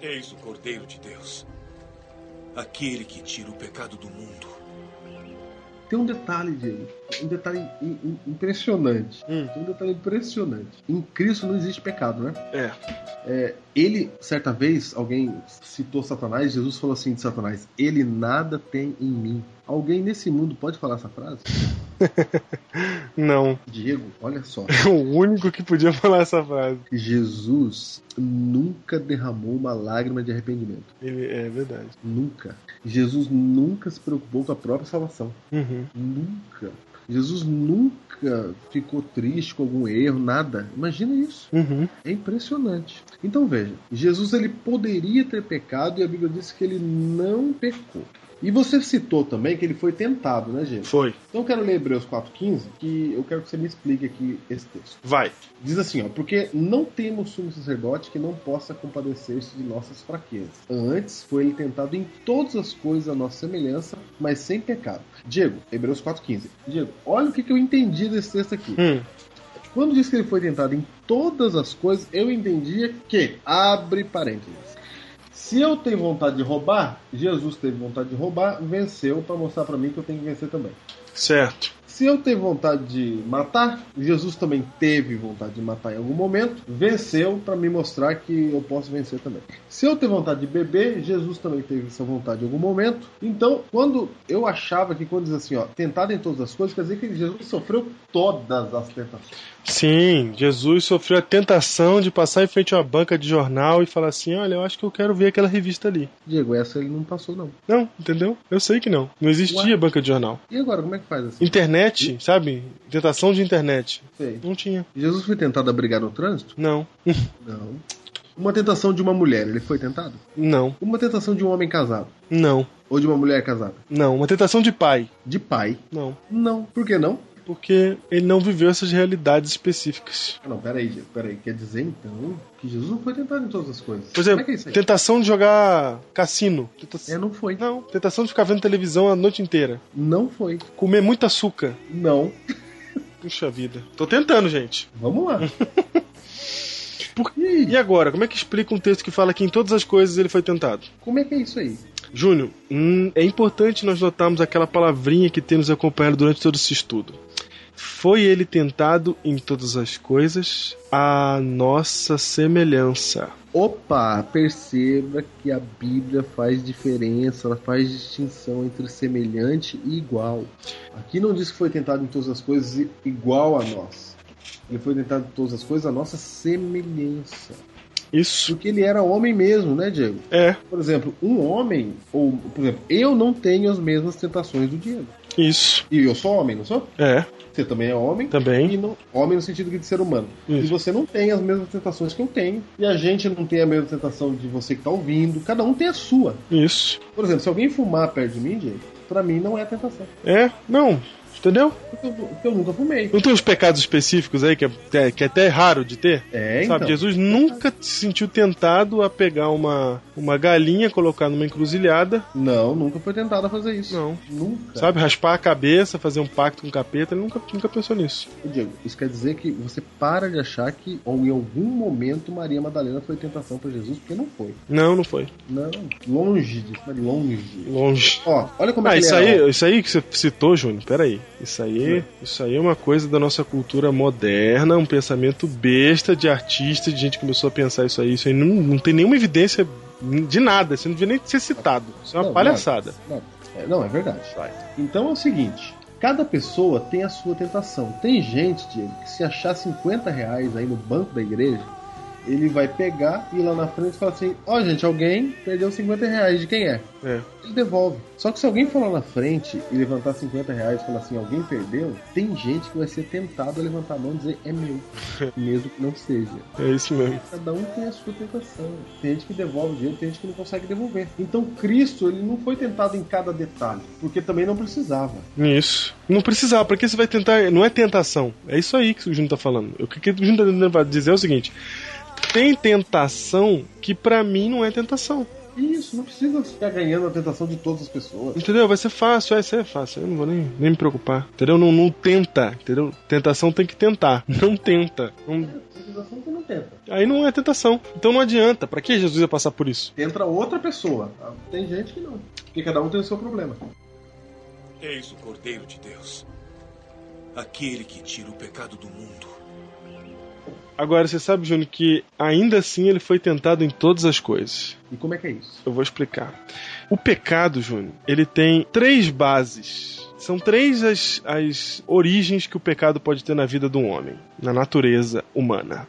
Eis o Cordeiro de Deus, aquele que tira o pecado do mundo. Tem um detalhe, Diego. Um detalhe im- im- impressionante. Hum. Tem um detalhe impressionante. Em Cristo não existe pecado, né? É. Ele, certa vez, alguém citou Satanás, Jesus falou assim de Satanás: Ele nada tem em mim. Alguém nesse mundo pode falar essa frase? Não. Diego, olha só. É o único que podia falar essa frase. Jesus nunca derramou uma lágrima de arrependimento. Ele, é verdade. Nunca. Jesus nunca se preocupou com a própria salvação. Uhum. Nunca. Jesus nunca ficou triste com algum erro, nada. Imagina isso. Uhum. É impressionante. Então veja, Jesus ele poderia ter pecado e a Bíblia diz que ele não pecou. E você citou também que ele foi tentado, né, gente? Foi. Então eu quero ler Hebreus 4,15, que eu quero que você me explique aqui esse texto. Vai. Diz assim, ó, porque não temos sumo sacerdote que não possa compadecer-se de nossas fraquezas. Antes foi ele tentado em todas as coisas a nossa semelhança, mas sem pecado. Diego, Hebreus 4,15. Diego, olha o que, que eu entendi desse texto aqui. Hum. Quando diz que ele foi tentado em todas as coisas, eu entendia que, abre parênteses, se eu tenho vontade de roubar, Jesus teve vontade de roubar, venceu para mostrar para mim que eu tenho que vencer também. Certo. Se eu tenho vontade de matar, Jesus também teve vontade de matar em algum momento, venceu para me mostrar que eu posso vencer também. Se eu tenho vontade de beber, Jesus também teve essa vontade em algum momento. Então, quando eu achava que quando diz assim, ó, tentado em todas as coisas, quer dizer que Jesus sofreu todas as tentações. Sim, Jesus sofreu a tentação de passar em frente a uma banca de jornal e falar assim: olha, eu acho que eu quero ver aquela revista ali. Diego, essa ele não passou não. Não, entendeu? Eu sei que não. Não existia Ué. banca de jornal. E agora como é que faz assim? Internet, sabe? Tentação de internet. Sei. Não tinha. Jesus foi tentado a brigar no trânsito? Não. Não. Uma tentação de uma mulher, ele foi tentado? Não. Uma tentação de um homem casado Não. ou de uma mulher casada? Não. Uma tentação de pai. De pai? Não. Não. Por que não? Porque ele não viveu essas realidades específicas. Ah, Não, peraí, Diego, peraí. Quer dizer então que Jesus não foi tentado em todas as coisas? Por Como é que é isso exemplo, aí? tentação de jogar cassino. Tenta- É, não foi. Não. Tentação de ficar vendo televisão a noite inteira. Não foi. Comer muito açúcar. Não. Puxa vida. Tô tentando, gente. Vamos lá. Por- E aí? E agora, como é que explica um texto que fala que em todas as coisas ele foi tentado? Como é que é isso aí? Júnior, hum, é importante nós notarmos aquela palavrinha que temos acompanhado durante todo esse estudo. Foi ele tentado em todas as coisas a nossa semelhança. Opa, perceba que a Bíblia faz diferença, ela faz distinção entre semelhante e igual. Aqui não diz que foi tentado em todas as coisas i- igual a nós. Ele foi tentado em todas as coisas a nossa semelhança. Isso Porque ele era homem mesmo, né, Diego? é, Por exemplo, um homem, ou por exemplo, eu não tenho as mesmas tentações do Diego. isso E eu sou homem, não sou? é, Você também é homem. E também. não, homem no sentido de ser humano. Isso. E você não tem as mesmas tentações que eu tenho. E a gente não tem a mesma tentação de você que tá ouvindo. Cada um tem a sua. Isso Por exemplo, se alguém fumar perto de mim, gente, pra mim não é tentação. é, não, entendeu? Porque eu, porque eu nunca fumei. Não tem uns pecados específicos aí que é, é- que é até raro de ter? É, Sabe, então. Jesus nunca se sentiu tentado a pegar uma, uma galinha, colocar numa encruzilhada, Não, nunca foi tentado a fazer isso. Não. Nunca. sabe, raspar a cabeça, fazer um pacto com o capeta, ele nunca, nunca pensou nisso. Diego, isso quer dizer que você para de achar que, ou em algum momento, Maria Madalena foi tentação pra Jesus, porque não foi. Não, não foi. Não, longe disso, mas longe. Longe. Ó, olha como é Ah, que ele isso era Hum. aí, isso aí que você citou, Júnior, peraí. Isso aí, isso aí é uma coisa da nossa cultura moderna, um pensamento besta de artista, de gente que começou a pensar isso aí. Isso aí não, não tem nenhuma evidência de nada, isso não devia nem ser citado. Isso é uma Não, palhaçada. Não, é, não, é verdade. Então é o seguinte: cada pessoa tem a sua tentação. Tem gente, Diego, que se achar 50 reais aí no banco da igreja, ele vai pegar e ir lá na frente e falar assim: Ó, gente, alguém perdeu 50 reais, de quem é? É. Ele devolve. Só que se alguém for lá na frente e levantar 50 reais e falar assim: alguém perdeu, tem gente que vai ser tentado a levantar a mão e dizer: é meu. Mesmo que não seja. É isso mesmo. Cada um tem a sua tentação. Tem gente que devolve dinheiro, tem gente que não consegue devolver. Então Cristo, ele não foi tentado em cada detalhe, porque também não precisava. Isso. Não precisava, pra que você vai tentar? Não é tentação. É isso aí que o Júnior tá falando. O que, que o Júnior tá tentando dizer é o seguinte: tem tentação que pra mim não é tentação. E isso, não precisa ficar ganhando a tentação de todas as pessoas. Entendeu? Vai ser fácil, é, isso aí é fácil. Eu não vou nem, nem me preocupar. Entendeu? Não, não tenta, entendeu? Tentação tem que tentar. Não tenta. Não- Tentação que não tenta. Aí não é tentação. Então não adianta. Pra que Jesus ia passar por isso? Tenta outra pessoa. Ah, Tem gente que não. Porque cada um tem o seu problema. Eis o Cordeiro de Deus, aquele que tira o pecado do mundo. Agora, você sabe, Júnior, que ainda assim ele foi tentado em todas as coisas. E como é que é isso? Eu vou explicar. O pecado, Júnior, ele tem três bases. São três as, as origens que o pecado pode ter na vida de um homem, na natureza humana.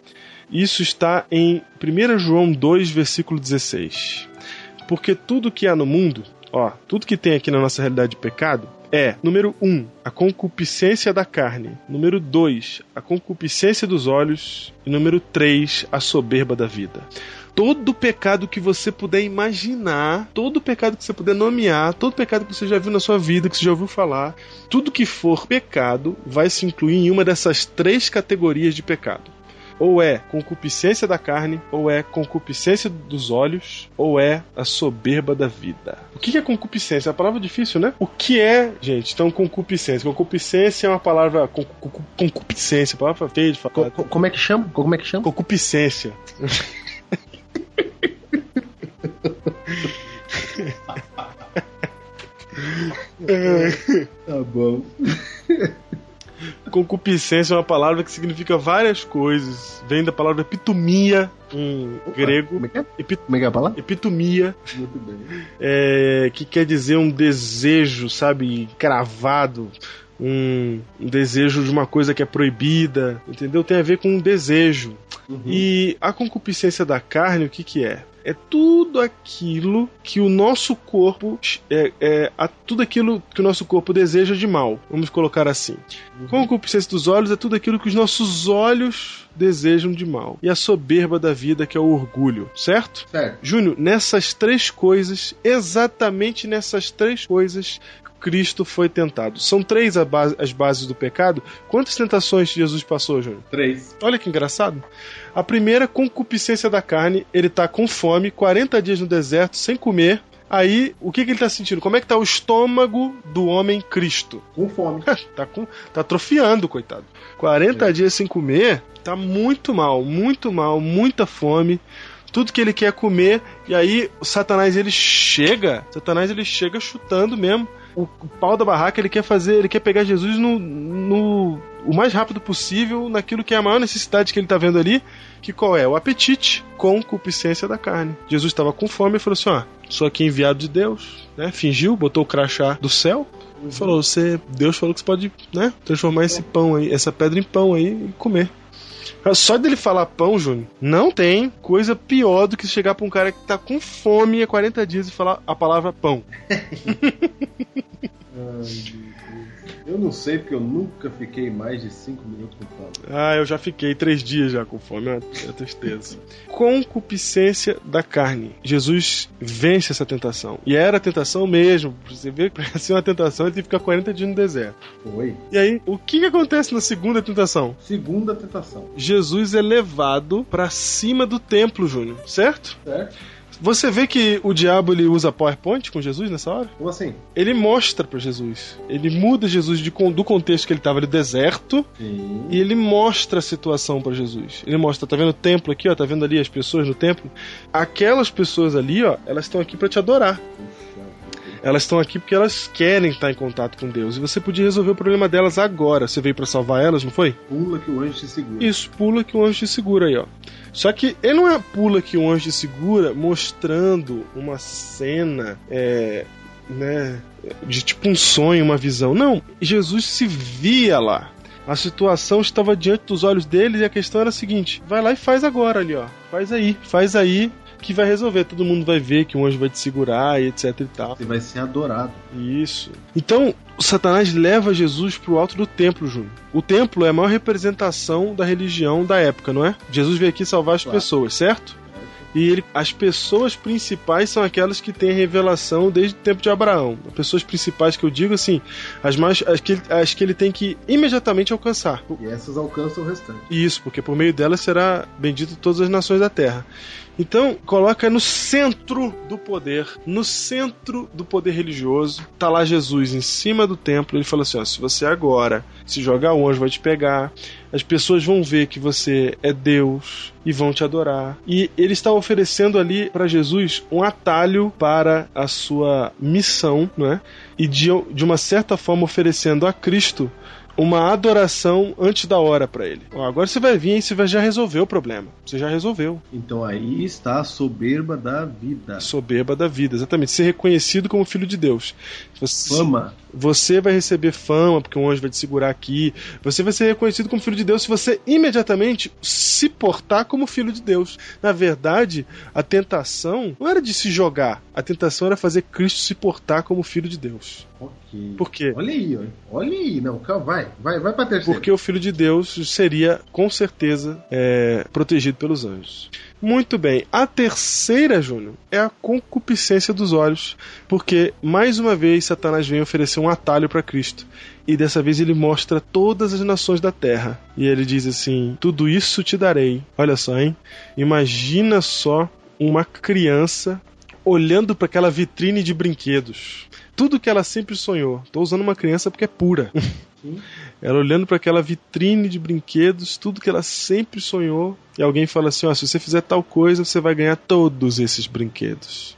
Isso está em 1 João 2, versículo 16. Porque tudo que há no mundo, ó, tudo que tem aqui na nossa realidade de pecado é, número 1, um, a concupiscência da carne, número 2, a concupiscência dos olhos e número 3, a soberba da vida. todo pecado que você puder imaginar, todo pecado que você puder nomear, todo pecado que você já viu na sua vida, que você já ouviu falar, tudo que for pecado vai se incluir em uma dessas três categorias de pecado. Ou é concupiscência da carne, ou é concupiscência dos olhos, ou é a soberba da vida. O que é concupiscência? É uma palavra difícil, né? O que é, gente? Então, concupiscência. Concupiscência é uma palavra. con- con- Concupiscência, palavra feia de Co- falar. co- como é que chama? Como é que chama? Concupiscência. Tá bom. Concupiscência é uma palavra que significa várias coisas. Vem da palavra epitomia em grego. Como é que é? Epi- Como é que é a palavra? Epitomia, Muito bem. é, que quer dizer um desejo, sabe, cravado. Um, um desejo de uma coisa que é proibida, entendeu? Tem a ver com um desejo. Uhum. E a concupiscência da carne, o que que é? É tudo aquilo que o nosso corpo é, é, a- tudo aquilo que o nosso corpo deseja de mal. Vamos colocar assim. Concupiscência dos olhos é tudo aquilo que os nossos olhos desejam de mal. E a soberba da vida, que é o orgulho, certo? Certo. Júnior, nessas três coisas, exatamente nessas três coisas, Cristo foi tentado. São três a base- as bases do pecado. Quantas tentações Jesus passou, Júnior? Três. Olha que engraçado. A primeira, concupiscência da carne, ele tá com fome, 40 dias no deserto, sem comer. Aí, o que, que ele tá sentindo? Como é que tá o estômago do homem Cristo? Com fome. tá, com, tá atrofiando, coitado. 40 dias sem comer, tá muito mal, muito mal, muita fome. Tudo que ele quer comer, e aí o Satanás ele chega, Satanás ele chega chutando mesmo. O, o pau da barraca ele quer fazer, ele quer pegar Jesus no, no o mais rápido possível, naquilo que é a maior necessidade que ele tá vendo ali, que qual é? O apetite com concupiscência da carne. Jesus estava com fome e falou assim: ó, sou aqui enviado de Deus, né? Fingiu, botou o crachá do céu, ele Falou, você. Deus falou que você pode, né? Transformar esse pão aí, essa pedra em pão aí e comer. Só dele falar pão, Júnior, não tem coisa pior do que chegar pra um cara que tá com fome há 40 dias e falar a palavra pão. Eu não sei porque eu nunca fiquei mais de cinco minutos com fome. Ah, eu já fiquei três dias já com fome, é uma- é uma tristeza. Concupiscência da carne. Jesus vence essa tentação. E era tentação mesmo. pra Você vê que pra ser uma tentação, ele tem que ficar 40 dias no deserto. Foi. E aí, o que, que acontece na segunda tentação? Segunda tentação. Jesus é levado pra cima do templo, Júnior, certo? Certo? Você vê que o diabo ele usa PowerPoint com Jesus nessa hora? Como assim? Ele mostra pra Jesus. Ele muda Jesus de con- do contexto que ele tava no deserto Sim. e ele mostra a situação pra Jesus. Ele mostra, tá vendo o templo aqui, ó, tá vendo ali as pessoas no templo? Aquelas pessoas ali, ó, elas estão aqui pra te adorar. Elas estão aqui porque elas querem estar em contato com Deus. E você podia resolver o problema delas agora. Você veio pra salvar elas, não foi? Pula que o anjo te segura. Isso, pula que o anjo te segura aí, ó. Só que ele não é pula que o anjo te segura mostrando uma cena, é, né, de tipo um sonho, uma visão. Não, Jesus se via lá. A situação estava diante dos olhos dele e a questão era a seguinte: vai lá e faz agora ali, ó. Faz aí, faz aí que vai resolver. Todo mundo vai ver que o anjo vai te segurar e etc e tal. Você vai ser adorado. Isso. Então, o Satanás leva Jesus pro alto do templo, Júnior. O templo é a maior representação da religião da época, não é? Jesus veio aqui salvar as Claro. pessoas, certo? E ele- as pessoas principais são aquelas que têm a revelação desde o tempo de Abraão. As pessoas principais que eu digo, assim, as, mais, as, que, as que ele tem que imediatamente alcançar. E essas alcançam o restante. Isso, porque por meio dela será bendito todas as nações da terra. Então, coloca no centro do poder, no centro do poder religioso, tá lá Jesus em cima do templo, ele fala assim, ó, se você agora se jogar, o anjo vai te pegar, as pessoas vão ver que você é Deus e vão te adorar. E ele está oferecendo ali para Jesus um atalho para a sua missão, não é? E de, de uma certa forma oferecendo a Cristo uma adoração antes da hora para ele. Ó, agora você vai vir e você vai já resolver o problema. Você já resolveu. Então aí está a soberba da vida. A soberba da vida, exatamente. Ser reconhecido como filho de Deus. Você, Fama. você vai receber fama, porque um anjo vai te segurar aqui. Você vai ser reconhecido como filho de Deus se você imediatamente se portar como filho de Deus. Na verdade, a tentação não era de se jogar. A tentação era fazer Cristo se portar como filho de Deus. Ok. Por quê? Olha aí, olha. Olha aí. Não, calma, vai. vai, vai, vai pra terceira. Porque o Filho de Deus seria, com certeza, é, protegido pelos anjos. Muito bem, a terceira, Júnior, é a concupiscência dos olhos, porque mais uma vez Satanás vem oferecer um atalho para Cristo. E dessa vez ele mostra todas as nações da terra. E ele diz assim: Tudo isso te darei. Olha só, hein? Imagina só uma criança olhando para aquela vitrine de brinquedos. Tudo que ela sempre sonhou. Tô usando uma criança porque é pura. Ela olhando para aquela vitrine de brinquedos, tudo que ela sempre sonhou, e alguém fala assim: ó, se você fizer tal coisa, você vai ganhar todos esses brinquedos.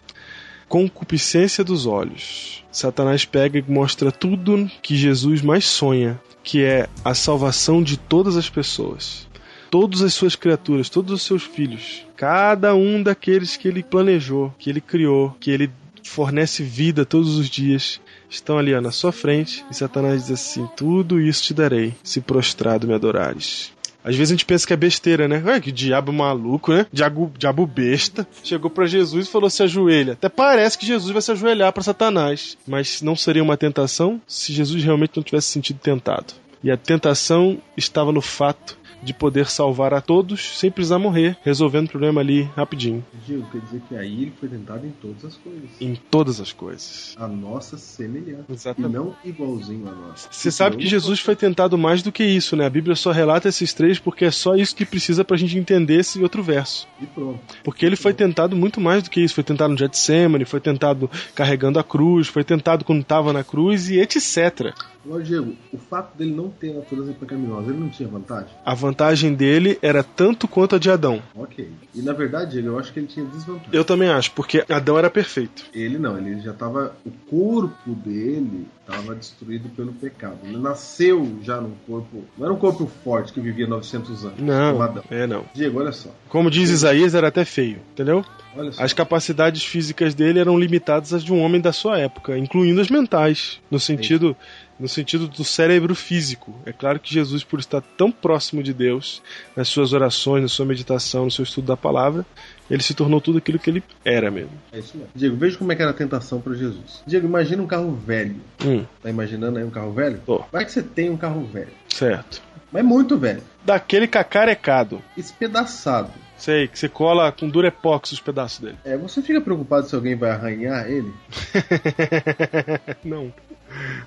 Concupiscência dos olhos. Satanás pega e mostra tudo que Jesus mais sonha, que é a salvação de todas as pessoas. Todas as suas criaturas, todos os seus filhos, cada um daqueles que ele planejou, que ele criou, que ele fornece vida todos os dias, estão ali ó, na sua frente, e Satanás diz assim: Tudo isso te darei, se prostrado me adorares. Às vezes a gente pensa que é besteira, né? Ué, que diabo maluco, né? Diabo, diabo besta. Chegou pra Jesus e falou: se ajoelha. Até parece que Jesus vai se ajoelhar pra Satanás. Mas não seria uma tentação se Jesus realmente não tivesse sentido tentado. E a tentação estava no fato de poder salvar a todos sem precisar morrer, resolvendo o problema ali rapidinho. Gil, quer dizer que aí ele foi tentado em todas as coisas. Em todas as coisas. A nossa semelhança. Exatamente. E não igualzinho a nossa. Você sabe que Jesus foi tentado mais do que isso, né? A Bíblia só relata esses três porque é só isso que precisa pra gente entender esse outro verso. E pronto. Porque ele foi tentado muito mais do que isso. Foi tentado no Getsemane, foi tentado carregando a cruz, foi tentado quando tava na cruz e etc. Agora, Diego, o fato dele não ter natureza pecaminosa, ele não tinha vantagem? A vantagem dele era tanto quanto a de Adão. Ok. E na verdade, Diego, eu acho que ele tinha desvantagem. Eu também acho, porque Adão era perfeito. Ele não, ele já tava. O corpo dele estava destruído pelo pecado. Ele nasceu já num corpo. Não era um corpo forte que vivia 900 anos. como Não, Adão. é não. Diego, olha só. Como diz Isaías, era até feio, entendeu? Olha só. As capacidades físicas dele eram limitadas às de um homem da sua época, incluindo as mentais, no sentido no sentido do cérebro físico. É claro que Jesus, por estar tão próximo de Deus, nas suas orações, na sua meditação, no seu estudo da palavra, ele se tornou tudo aquilo que ele era mesmo. É isso mesmo. Diego, veja como é que era a tentação para Jesus. Diego, imagina um carro velho. Hum, Tá imaginando aí um carro velho? Tô. Vai que você tem um carro velho. certo. Mas muito velho. Daquele cacarecado. Espedaçado. Sei, que você cola com durepox os pedaços dele. É, você fica preocupado se alguém vai arranhar ele? Não,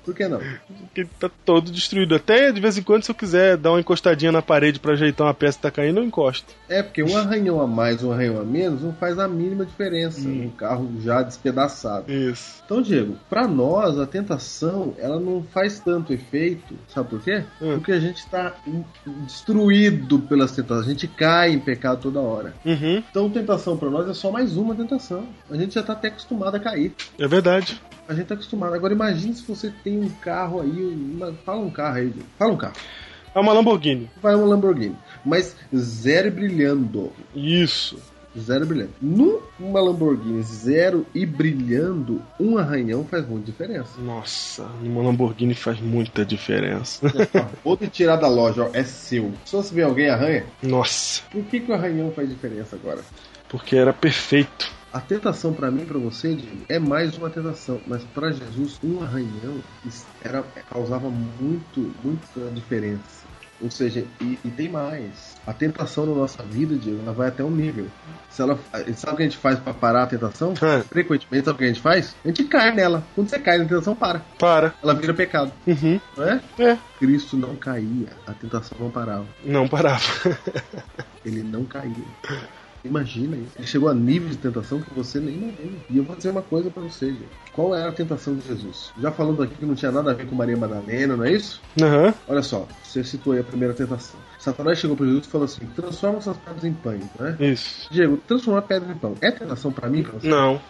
Por que não? porque ele tá todo destruído. Até de vez em quando, se eu quiser dar uma encostadinha na parede pra ajeitar uma peça que tá caindo, eu encosto. É, porque um arranhão a mais, um arranhão a menos, não faz a mínima diferença. Hum. Um carro já despedaçado. Isso. Então, Diego, pra nós a tentação ela não faz tanto efeito, sabe por quê? Hum. Porque a gente tá in- destruído pelas tentações, a gente cai em pecado toda hora. Uhum, Então, tentação pra nós é só mais uma tentação. A gente já tá até acostumado a cair. é verdade. A gente tá acostumado. Agora, imagine se você tem um carro aí, uma- fala um carro aí, Diego. fala um carro. É uma Lamborghini. Vai uma Lamborghini, mas zero e brilhando. Isso. Zero e brilhando. Numa Lamborghini zero e brilhando, um arranhão faz muita diferença. Nossa, uma Lamborghini faz muita diferença. Vou te tirar da loja, ó, é seu. Só se vê alguém arranha, Nossa, por que, que o arranhão faz diferença agora? porque era perfeito. A tentação pra mim, pra você, Diego, é mais uma tentação, mas pra Jesus um arranhão era, causava muito, muita diferença. Ou seja, e, e tem mais. A tentação na nossa vida, Diego, ela vai até um nível. Se ela, sabe o que a gente faz pra parar a tentação? Ah. Frequentemente, sabe o que a gente faz? A gente cai nela. Quando você cai na tentação, para. Para. Ela vira pecado, Uhum. não é? É. Cristo não caía, a tentação não parava. Não parava. Ele não caiu. Imagina isso. Ele chegou a nível de tentação que você nem imagina. E eu vou dizer uma coisa pra você, gente. Qual era a tentação de Jesus? Já falando aqui que não tinha nada a ver com Maria Madalena, não é isso? Aham. Olha só, você citou aí a primeira tentação. Satanás chegou pra Jesus e falou assim: transforma essas pedras em pães, né? Isso. Diego, transformar pedra em pão é tentação pra mim? Pra você? Não,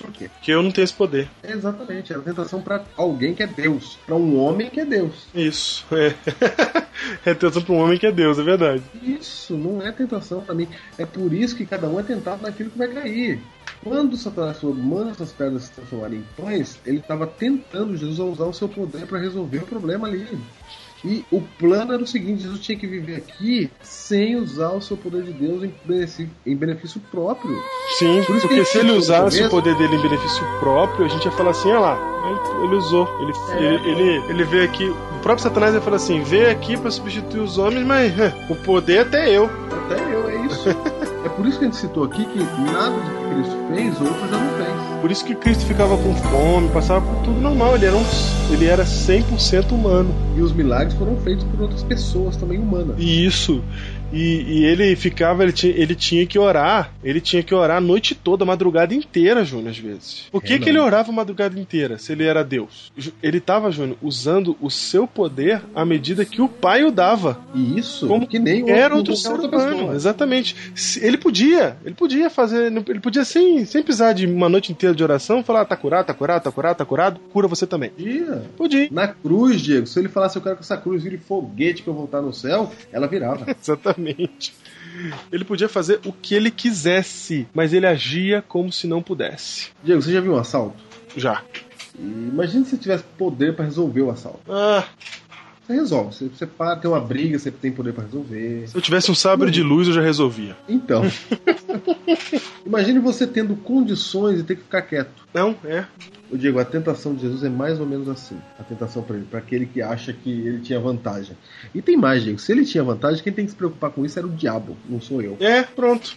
Por quê? que eu não tenho esse poder. É exatamente, é tentação pra alguém que é Deus, pra um homem que é Deus. Isso. É. é tentação pra um homem que é Deus, é verdade. Isso não é tentação pra mim. É por isso que cada um é tentado naquilo que vai cair. Quando Satanás falou, manda essas pedras se transformarem em pães, ele estava tentando Jesus a usar o seu poder para resolver o problema ali. E o plano era o seguinte: Jesus tinha que viver aqui sem usar o seu poder de Deus em benefício, em benefício próprio. Sim, Por isso porque que ele se ele fez usasse isso o poder dele em benefício próprio, a gente ia falar assim, olha lá, ele, ele usou, ele, ele, É. ele, ele veio aqui, o próprio Satanás ia falar assim, veio aqui pra substituir os homens, mas eh, o poder até eu. Até eu, é isso. é por isso que a gente citou aqui que nada do que Cristo fez, outro já não fez. Por isso que Cristo ficava com fome, passava por tudo normal, ele era, um, ele era 100% humano. E os milagres foram feitos por outras pessoas também humanas. E isso. E, e ele ficava, ele tinha, ele tinha que orar. Ele tinha que orar a noite toda, a madrugada inteira, Júnior, às vezes. Por que, É, que não. ele orava a madrugada inteira, se ele era Deus? Ju- Ele tava, Júnior, usando o seu poder à medida que o pai o dava. E isso Como que nem o- Era outro qualquer ser outra humano. Exatamente. Se- Ele podia, ele podia fazer, ele podia sem, sem precisar de uma noite inteira de oração, falar, "Ah, tá curado, tá curado, tá curado, tá curado, cura você também. Podia. Podia. Na cruz, Diego, se ele falasse eu quero que essa cruz vire foguete pra eu voltar no céu, ela virava. Exatamente. Ele podia fazer o que ele quisesse, mas ele agia como se não pudesse. Diego, você já viu um assalto? Já. E Imagina se tivesse poder pra resolver o assalto. Ah, Você resolve. Você, você para, tem uma briga, você tem poder pra resolver. se eu tivesse um sabre de luz, eu já resolvia. Então. Imagine você tendo condições e ter que ficar quieto. Não, é. Eu digo, a tentação de Jesus é mais ou menos assim. A tentação para ele, para aquele que acha que ele tinha vantagem. E tem mais, Diego. Se ele tinha vantagem, quem tem que se preocupar com isso era o diabo, não sou eu. É, pronto.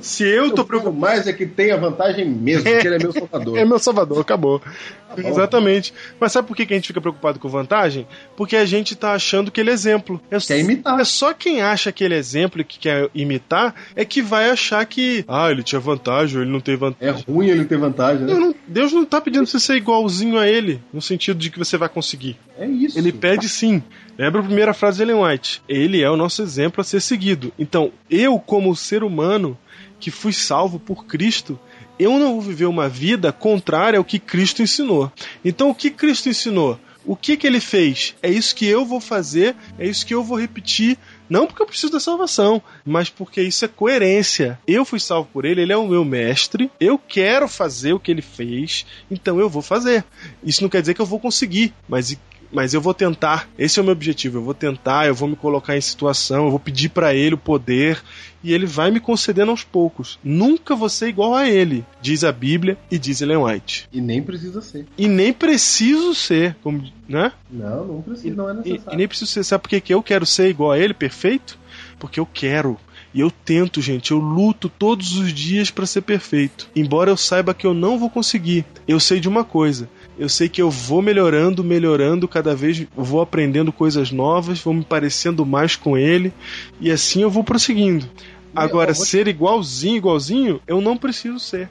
Se eu tô Eu preocupado. preocupo mais é que tem a vantagem mesmo, porque ele é meu salvador. É meu salvador, acabou. bom. Exatamente. Mas sabe por que que a gente fica preocupado com vantagem? Porque a gente tá achando que ele é exemplo. É só- Quer imitar. É só quem acha aquele exemplo e que quer imitar é que vai achar que, ah, ele tinha vantagem ou ele não tem vantagem. É ruim ele ter vantagem, Deus né? não, Deus não tá pedindo pra você ser igualzinho a ele, no sentido de que você vai conseguir. É isso. Ele pede sim. Lembra a primeira frase de Ellen White? Ele é o nosso exemplo a ser seguido. Então, eu, como ser humano que fui salvo por Cristo, eu não vou viver uma vida contrária ao que Cristo ensinou. Então, o que Cristo ensinou? O que, que ele fez? É isso que eu vou fazer, é isso que eu vou repetir. Não porque eu preciso da salvação, mas porque isso é coerência. Eu fui salvo por ele, ele é o meu mestre, eu quero fazer o que ele fez, então eu vou fazer. Isso não quer dizer que eu vou conseguir, mas mas eu vou tentar. Esse é o meu objetivo. Eu vou tentar, eu vou me colocar em situação, eu vou pedir pra ele o poder e ele vai me concedendo aos poucos. Nunca vou ser igual a ele, diz a Bíblia e diz Ellen White. E nem precisa ser. E nem preciso ser, como, né? Não, não precisa, não é E, necessário. e nem preciso ser. Sabe por que que eu quero ser igual a ele, perfeito? Porque eu quero. E eu tento, gente. Eu luto todos os dias pra ser perfeito. Embora eu saiba que eu não vou conseguir. Eu sei de uma coisa. Eu sei que eu vou melhorando, melhorando, cada vez vou aprendendo coisas novas, vou me parecendo mais com ele. E assim eu vou prosseguindo. Agora, É, eu vou- ser igualzinho, igualzinho, eu não preciso ser.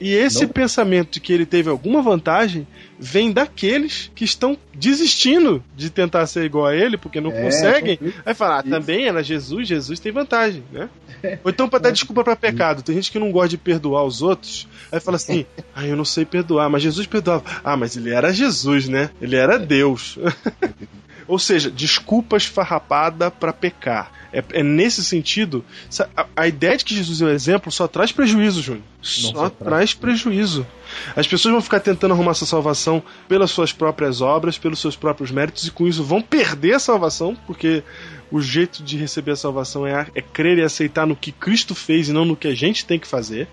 E esse Não. pensamento de que ele teve alguma vantagem vem daqueles que estão desistindo de tentar ser igual a ele, porque não É, conseguem. complicado. Aí fala, ah, Isso. também era Jesus, Jesus tem vantagem, né? Ou então pra dar desculpa pra pecado. Tem gente que não gosta de perdoar os outros, aí fala assim, ah, eu não sei perdoar, mas Jesus perdoava. Ah, mas ele era Jesus, né? Ele É. era Deus. Ou seja, desculpa esfarrapada pra pecar. É, é nesse sentido. sa- A, a ideia de que Jesus é o exemplo só traz prejuízo, Júnior. Só, só traz traz. prejuízo. As pessoas vão ficar tentando arrumar essa salvação pelas suas próprias obras, pelos seus próprios méritos, e com isso vão perder a salvação, porque o jeito de receber a salvação é, a- é crer e aceitar no que Cristo fez e não no que a gente tem que fazer.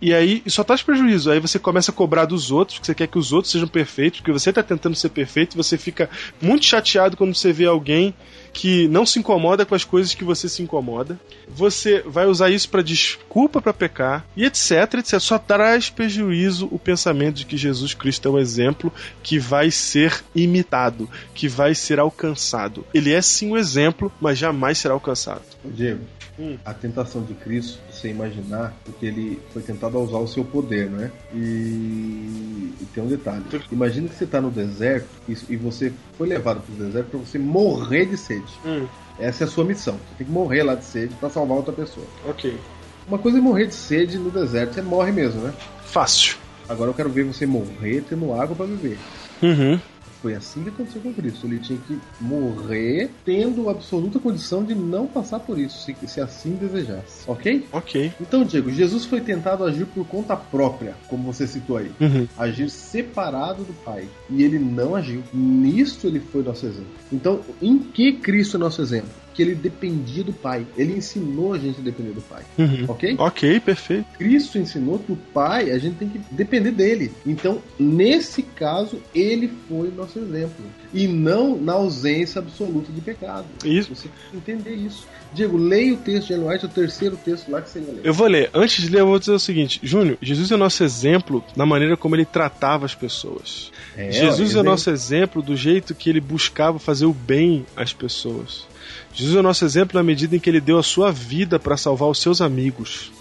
E aí isso só traz prejuízo. Aí você começa a cobrar dos outros, porque você quer que os outros sejam perfeitos, porque você está tentando ser perfeito, e você fica muito chateado quando você vê alguém que não se incomoda com as coisas que você se incomoda. Você vai usar isso para desculpa para pecar e etc, etc. Só traz prejuízo o pensamento de que Jesus Cristo é um exemplo que vai ser imitado, que vai ser alcançado. Ele é sim um exemplo, mas jamais será alcançado. Diego, Hum. a tentação de Cristo, você imaginar, porque ele foi tentado a usar o seu poder, não é? E, e tem um detalhe. Imagina que você está no deserto e, e você foi levado para o deserto para você morrer de sede. Hum, Essa é a sua missão. Você tem que morrer lá de sede para salvar outra pessoa. ok. Uma coisa é morrer de sede no deserto, você morre mesmo, né? Fácil. Uhum. Agora eu quero ver você morrer tendo água para beber. Foi assim que aconteceu com Cristo. Ele tinha que morrer tendo a absoluta condição de não passar por isso, se, se assim desejasse. Ok? Ok. Então, Diego, Jesus foi tentado agir por conta própria, como você citou aí. Uhum. Agir separado do Pai. E ele não agiu. Nisto ele foi nosso exemplo. Então, em que Cristo é nosso exemplo? Que ele dependia do Pai. Ele ensinou a gente a depender do Pai. Uhum. Ok? Ok, perfeito. Cristo ensinou que o Pai, a gente tem que depender dele. Então, nesse caso, ele foi o nosso exemplo. E não na ausência absoluta de pecado. Isso. Você tem que entender isso. Diego, leia o texto de Ellen White, o terceiro texto lá que você ia ler. Eu vou ler. Antes de ler, eu vou dizer o seguinte: Júnior, Jesus é nosso exemplo na maneira como ele tratava as pessoas. É, Jesus ó, é nosso exemplo do jeito que ele buscava fazer o bem às pessoas. Jesus é nosso exemplo na medida em que ele deu a sua vida para salvar os seus amigos.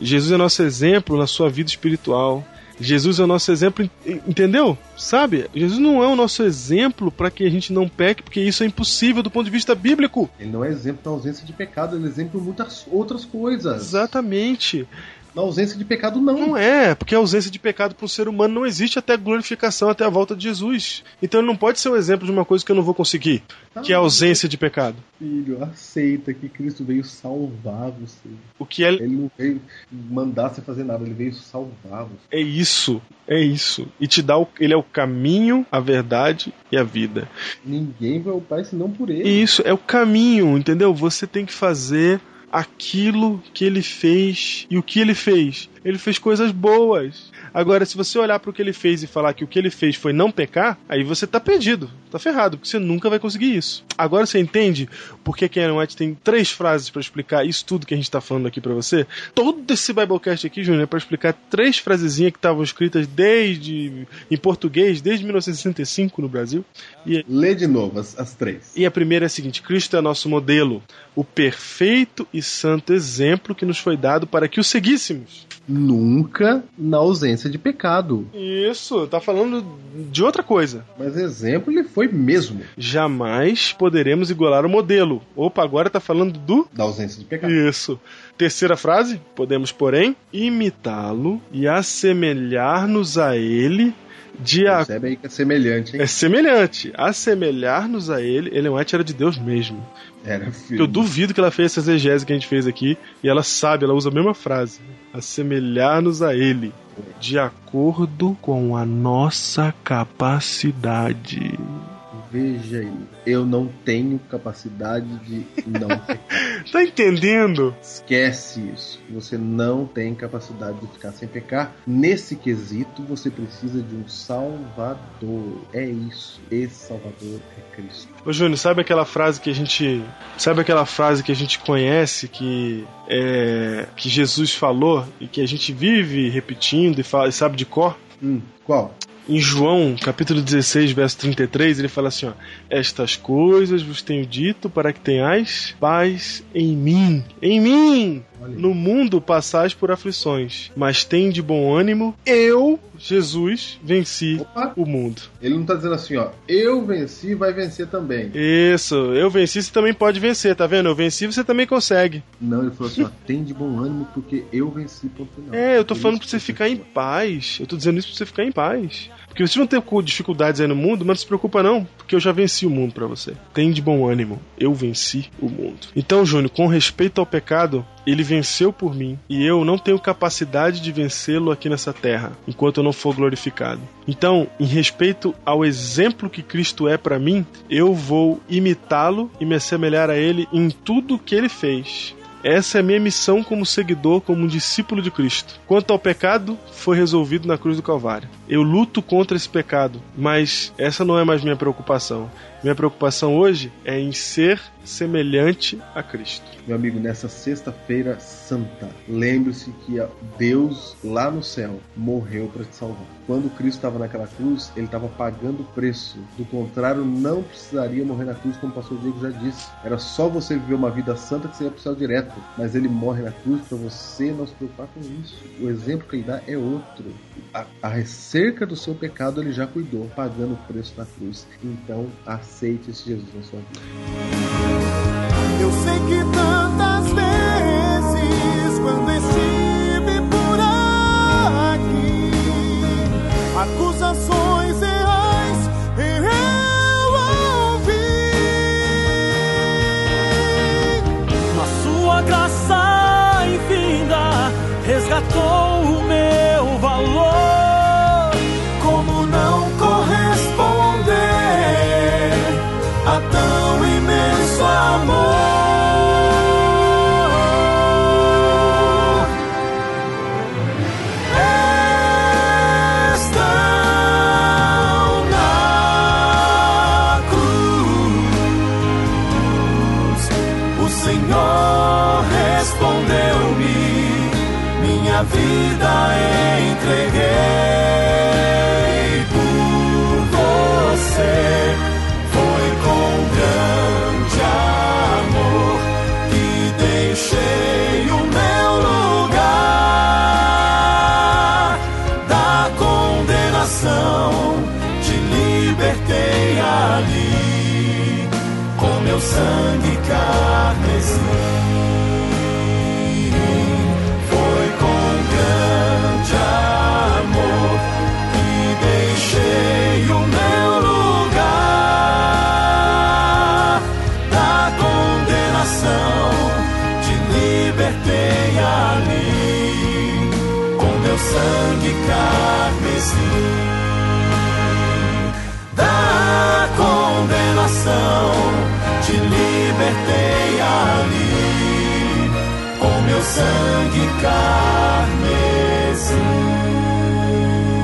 Jesus é nosso exemplo na sua vida espiritual. Jesus é o nosso exemplo, en- entendeu? Sabe? Jesus não é o nosso exemplo para que a gente não peque, porque isso é impossível do ponto de vista bíblico. Ele não é exemplo na ausência de pecado, ele é exemplo em muitas outras coisas. Exatamente. Na ausência de pecado, não. Não é, porque a ausência de pecado para o ser humano não existe até a glorificação, até a volta de Jesus. Então ele não pode ser um exemplo de uma coisa que eu não vou conseguir, que é a ausência de pecado. Tá Filho, aceita que Cristo veio salvar você. O que é, Ele não veio mandar você fazer nada, ele veio salvar você. é isso, é isso. E te dá o, ele é o caminho, a verdade e a vida. Ninguém vai ao Pai senão por ele. E isso é o caminho, entendeu? Você tem que fazer aquilo que ele fez e o que ele fez. Ele fez coisas boas. Agora, se você olhar para o que ele fez e falar que o que ele fez foi não pecar, aí você tá perdido, tá ferrado, porque você nunca vai conseguir isso. Agora você entende por que Ken White tem três frases para explicar isso tudo que a gente tá falando aqui para você? Todo esse Biblecast aqui, Júnior, é para explicar três frasezinhas que estavam escritas desde em português desde 1965 no Brasil. Lê de novo as, as três. E a primeira é a seguinte: Cristo é nosso modelo, o perfeito e santo exemplo que nos foi dado para que o seguíssemos. Nunca na ausência de pecado. Isso, tá falando de outra coisa. Mas exemplo ele foi mesmo Jamais poderemos igualar o modelo. Opa, agora tá falando do. da ausência de pecado. Isso. Terceira frase: podemos, porém, imitá-lo e assemelhar-nos a ele de a... Percebe aí que é semelhante, É hein? semelhante. Assemelhar-nos a ele. Ele é era de Deus mesmo. Era filho. Eu duvido que ela fez essa exegese que a gente fez aqui e ela sabe, ela usa a mesma frase. Assemelhar-nos a ele. De acordo com a nossa capacidade. Veja aí, eu não tenho capacidade de não pecar. Tá entendendo? Esquece isso. Você não tem capacidade de ficar sem pecar. Nesse quesito, você precisa de um salvador. É isso. Esse salvador é Cristo. Ô Júnior, sabe aquela frase que a gente. Sabe aquela frase que a gente conhece que é, que Jesus falou e que a gente vive repetindo e, fala, e sabe de cor? Hum, qual? Em João, capítulo 16, verso 33, ele fala assim, ó: Estas coisas vos tenho dito para que tenhais paz em mim. Em mim! Olha aí. No mundo passais por aflições, mas tem de bom ânimo, eu, Jesus, venci Opa! o mundo. Ele não tá dizendo assim, ó. Eu venci, vai vencer também. Isso, eu venci, você também pode vencer, tá vendo? Eu venci, você também consegue. Não, ele falou assim, ó, tem de bom ânimo porque eu venci, ponto final. É, eu tô Por falando isso pra você que ficar em eu- paz. Eu tô dizendo isso pra você ficar em paz. Porque vocês vão ter co- dificuldades aí no mundo, mas não se preocupa não, porque eu já venci o mundo pra você. Tem de bom ânimo, eu venci o mundo. Então, Júnior, com respeito ao pecado, ele venceu por mim e eu não tenho capacidade de vencê-lo aqui nessa terra, enquanto eu não for glorificado. Então, em respeito ao exemplo que Cristo é pra mim, eu vou imitá-lo e me assemelhar a ele em tudo que ele fez. Essa é a minha missão como seguidor, como um discípulo de Cristo. Quanto ao pecado, foi resolvido na cruz do Calvário. Eu luto contra esse pecado, mas essa não é mais minha preocupação. Minha preocupação hoje é em ser semelhante a Cristo. Meu amigo, nessa sexta-feira santa, lembre-se que a- Deus lá no céu morreu pra te salvar. Quando Cristo estava naquela cruz, ele estava pagando o preço. Do contrário, não precisaria morrer na cruz, como o pastor Diego já disse. Era só você viver uma vida santa que você ia pro céu direto. Mas ele morre na cruz pra você não se preocupar com isso. O exemplo que ele dá é outro. A, a cerca do seu pecado ele já cuidou, pagando o preço na cruz. Então, aceite esse Jesus na sua vida. Eu sei que tantas vezes, quando estive por aqui, acusações reais e resgatou o meu valor. Como não corresponder a tão imenso amor? Estão na cruz. O Senhor respondeu-me, minha vida entreguei por você. Foi com grande amor que deixei o meu lugar da condenação. Te libertei ali com meu sangue carmesim. Foi com grande amor que deixei o meu lugar da condenação. Te libertei ali com meu sangue carmesim da condenação. Te libertei ali com meu sangue carmesim.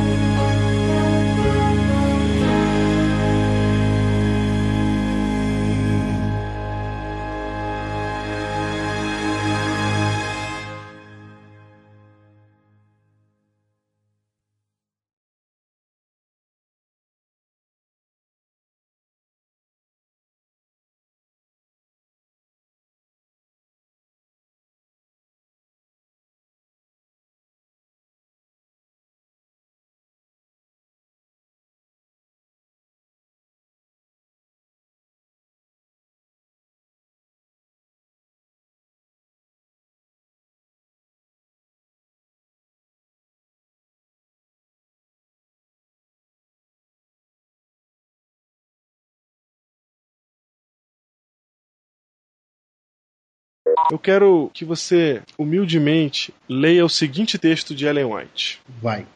Eu quero que você, humildemente, leia o seguinte texto de Ellen White. Vai.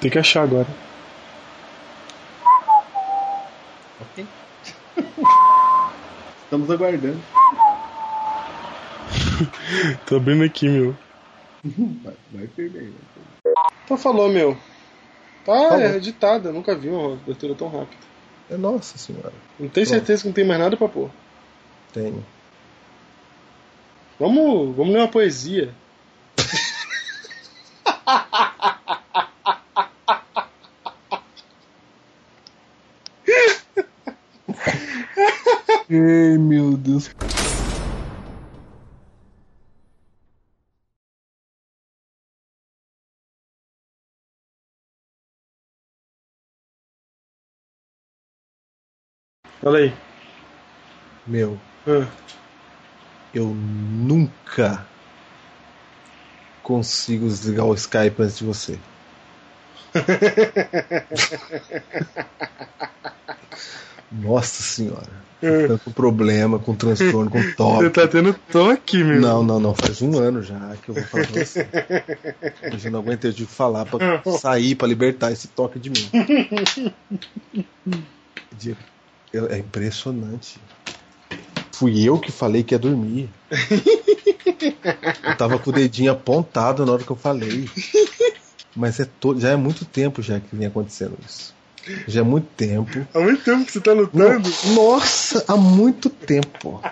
Tem que achar agora. Ok. Estamos aguardando. Tô abrindo aqui, meu. Vai, vai perder. né? Então falou, meu. Tá, Falou. é editada. Nunca vi uma abertura tão rápida. É, Nossa senhora. Não tenho certeza que não tem mais nada pra pôr. Tenho. Vamos, vamos ler uma poesia. Ei, meu Deus. Fala aí. Meu, Ah, eu nunca consigo desligar o Skype antes de você. Nossa senhora. Tanto problema com transtorno, com Você toque. tá tendo toque, meu. Não, não, não. Faz um ano já que eu vou falar pra você. Eu já não aguentei de falar pra sair, pra libertar esse toque de mim. De- eu- É impressionante. Fui eu que falei que ia dormir. Eu tava com o dedinho apontado na hora que eu falei. Mas é to... já é muito tempo já que vem acontecendo isso. Já é muito tempo. Há muito tempo que você tá Não, lutando. nossa, há muito tempo.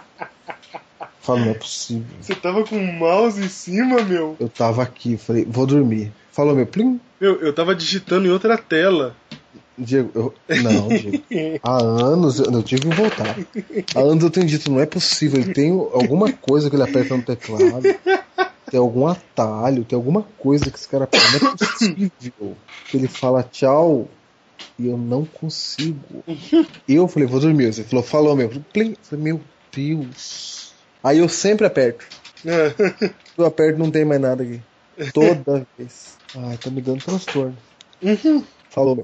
Fala, não é possível. Você tava com o mouse em cima, meu. Eu tava aqui, falei, vou dormir. Falou, meu plim. Meu, eu tava digitando em outra tela. Diego, eu... não, Diego. Há anos eu, eu tive que voltar. Há anos eu tenho dito, não é possível. Ele tem alguma coisa que ele aperta no teclado. Tem algum atalho, tem alguma coisa que esse cara aperta. Não é possível que ele fala tchau e eu não consigo. Eu falei, vou dormir. Você falou, falou, meu. Plim. Eu falei, meu Deus. Aí eu sempre aperto. Eu aperto não tem mais nada aqui. Toda vez. Ai, tá me dando transtorno. Falou, meu.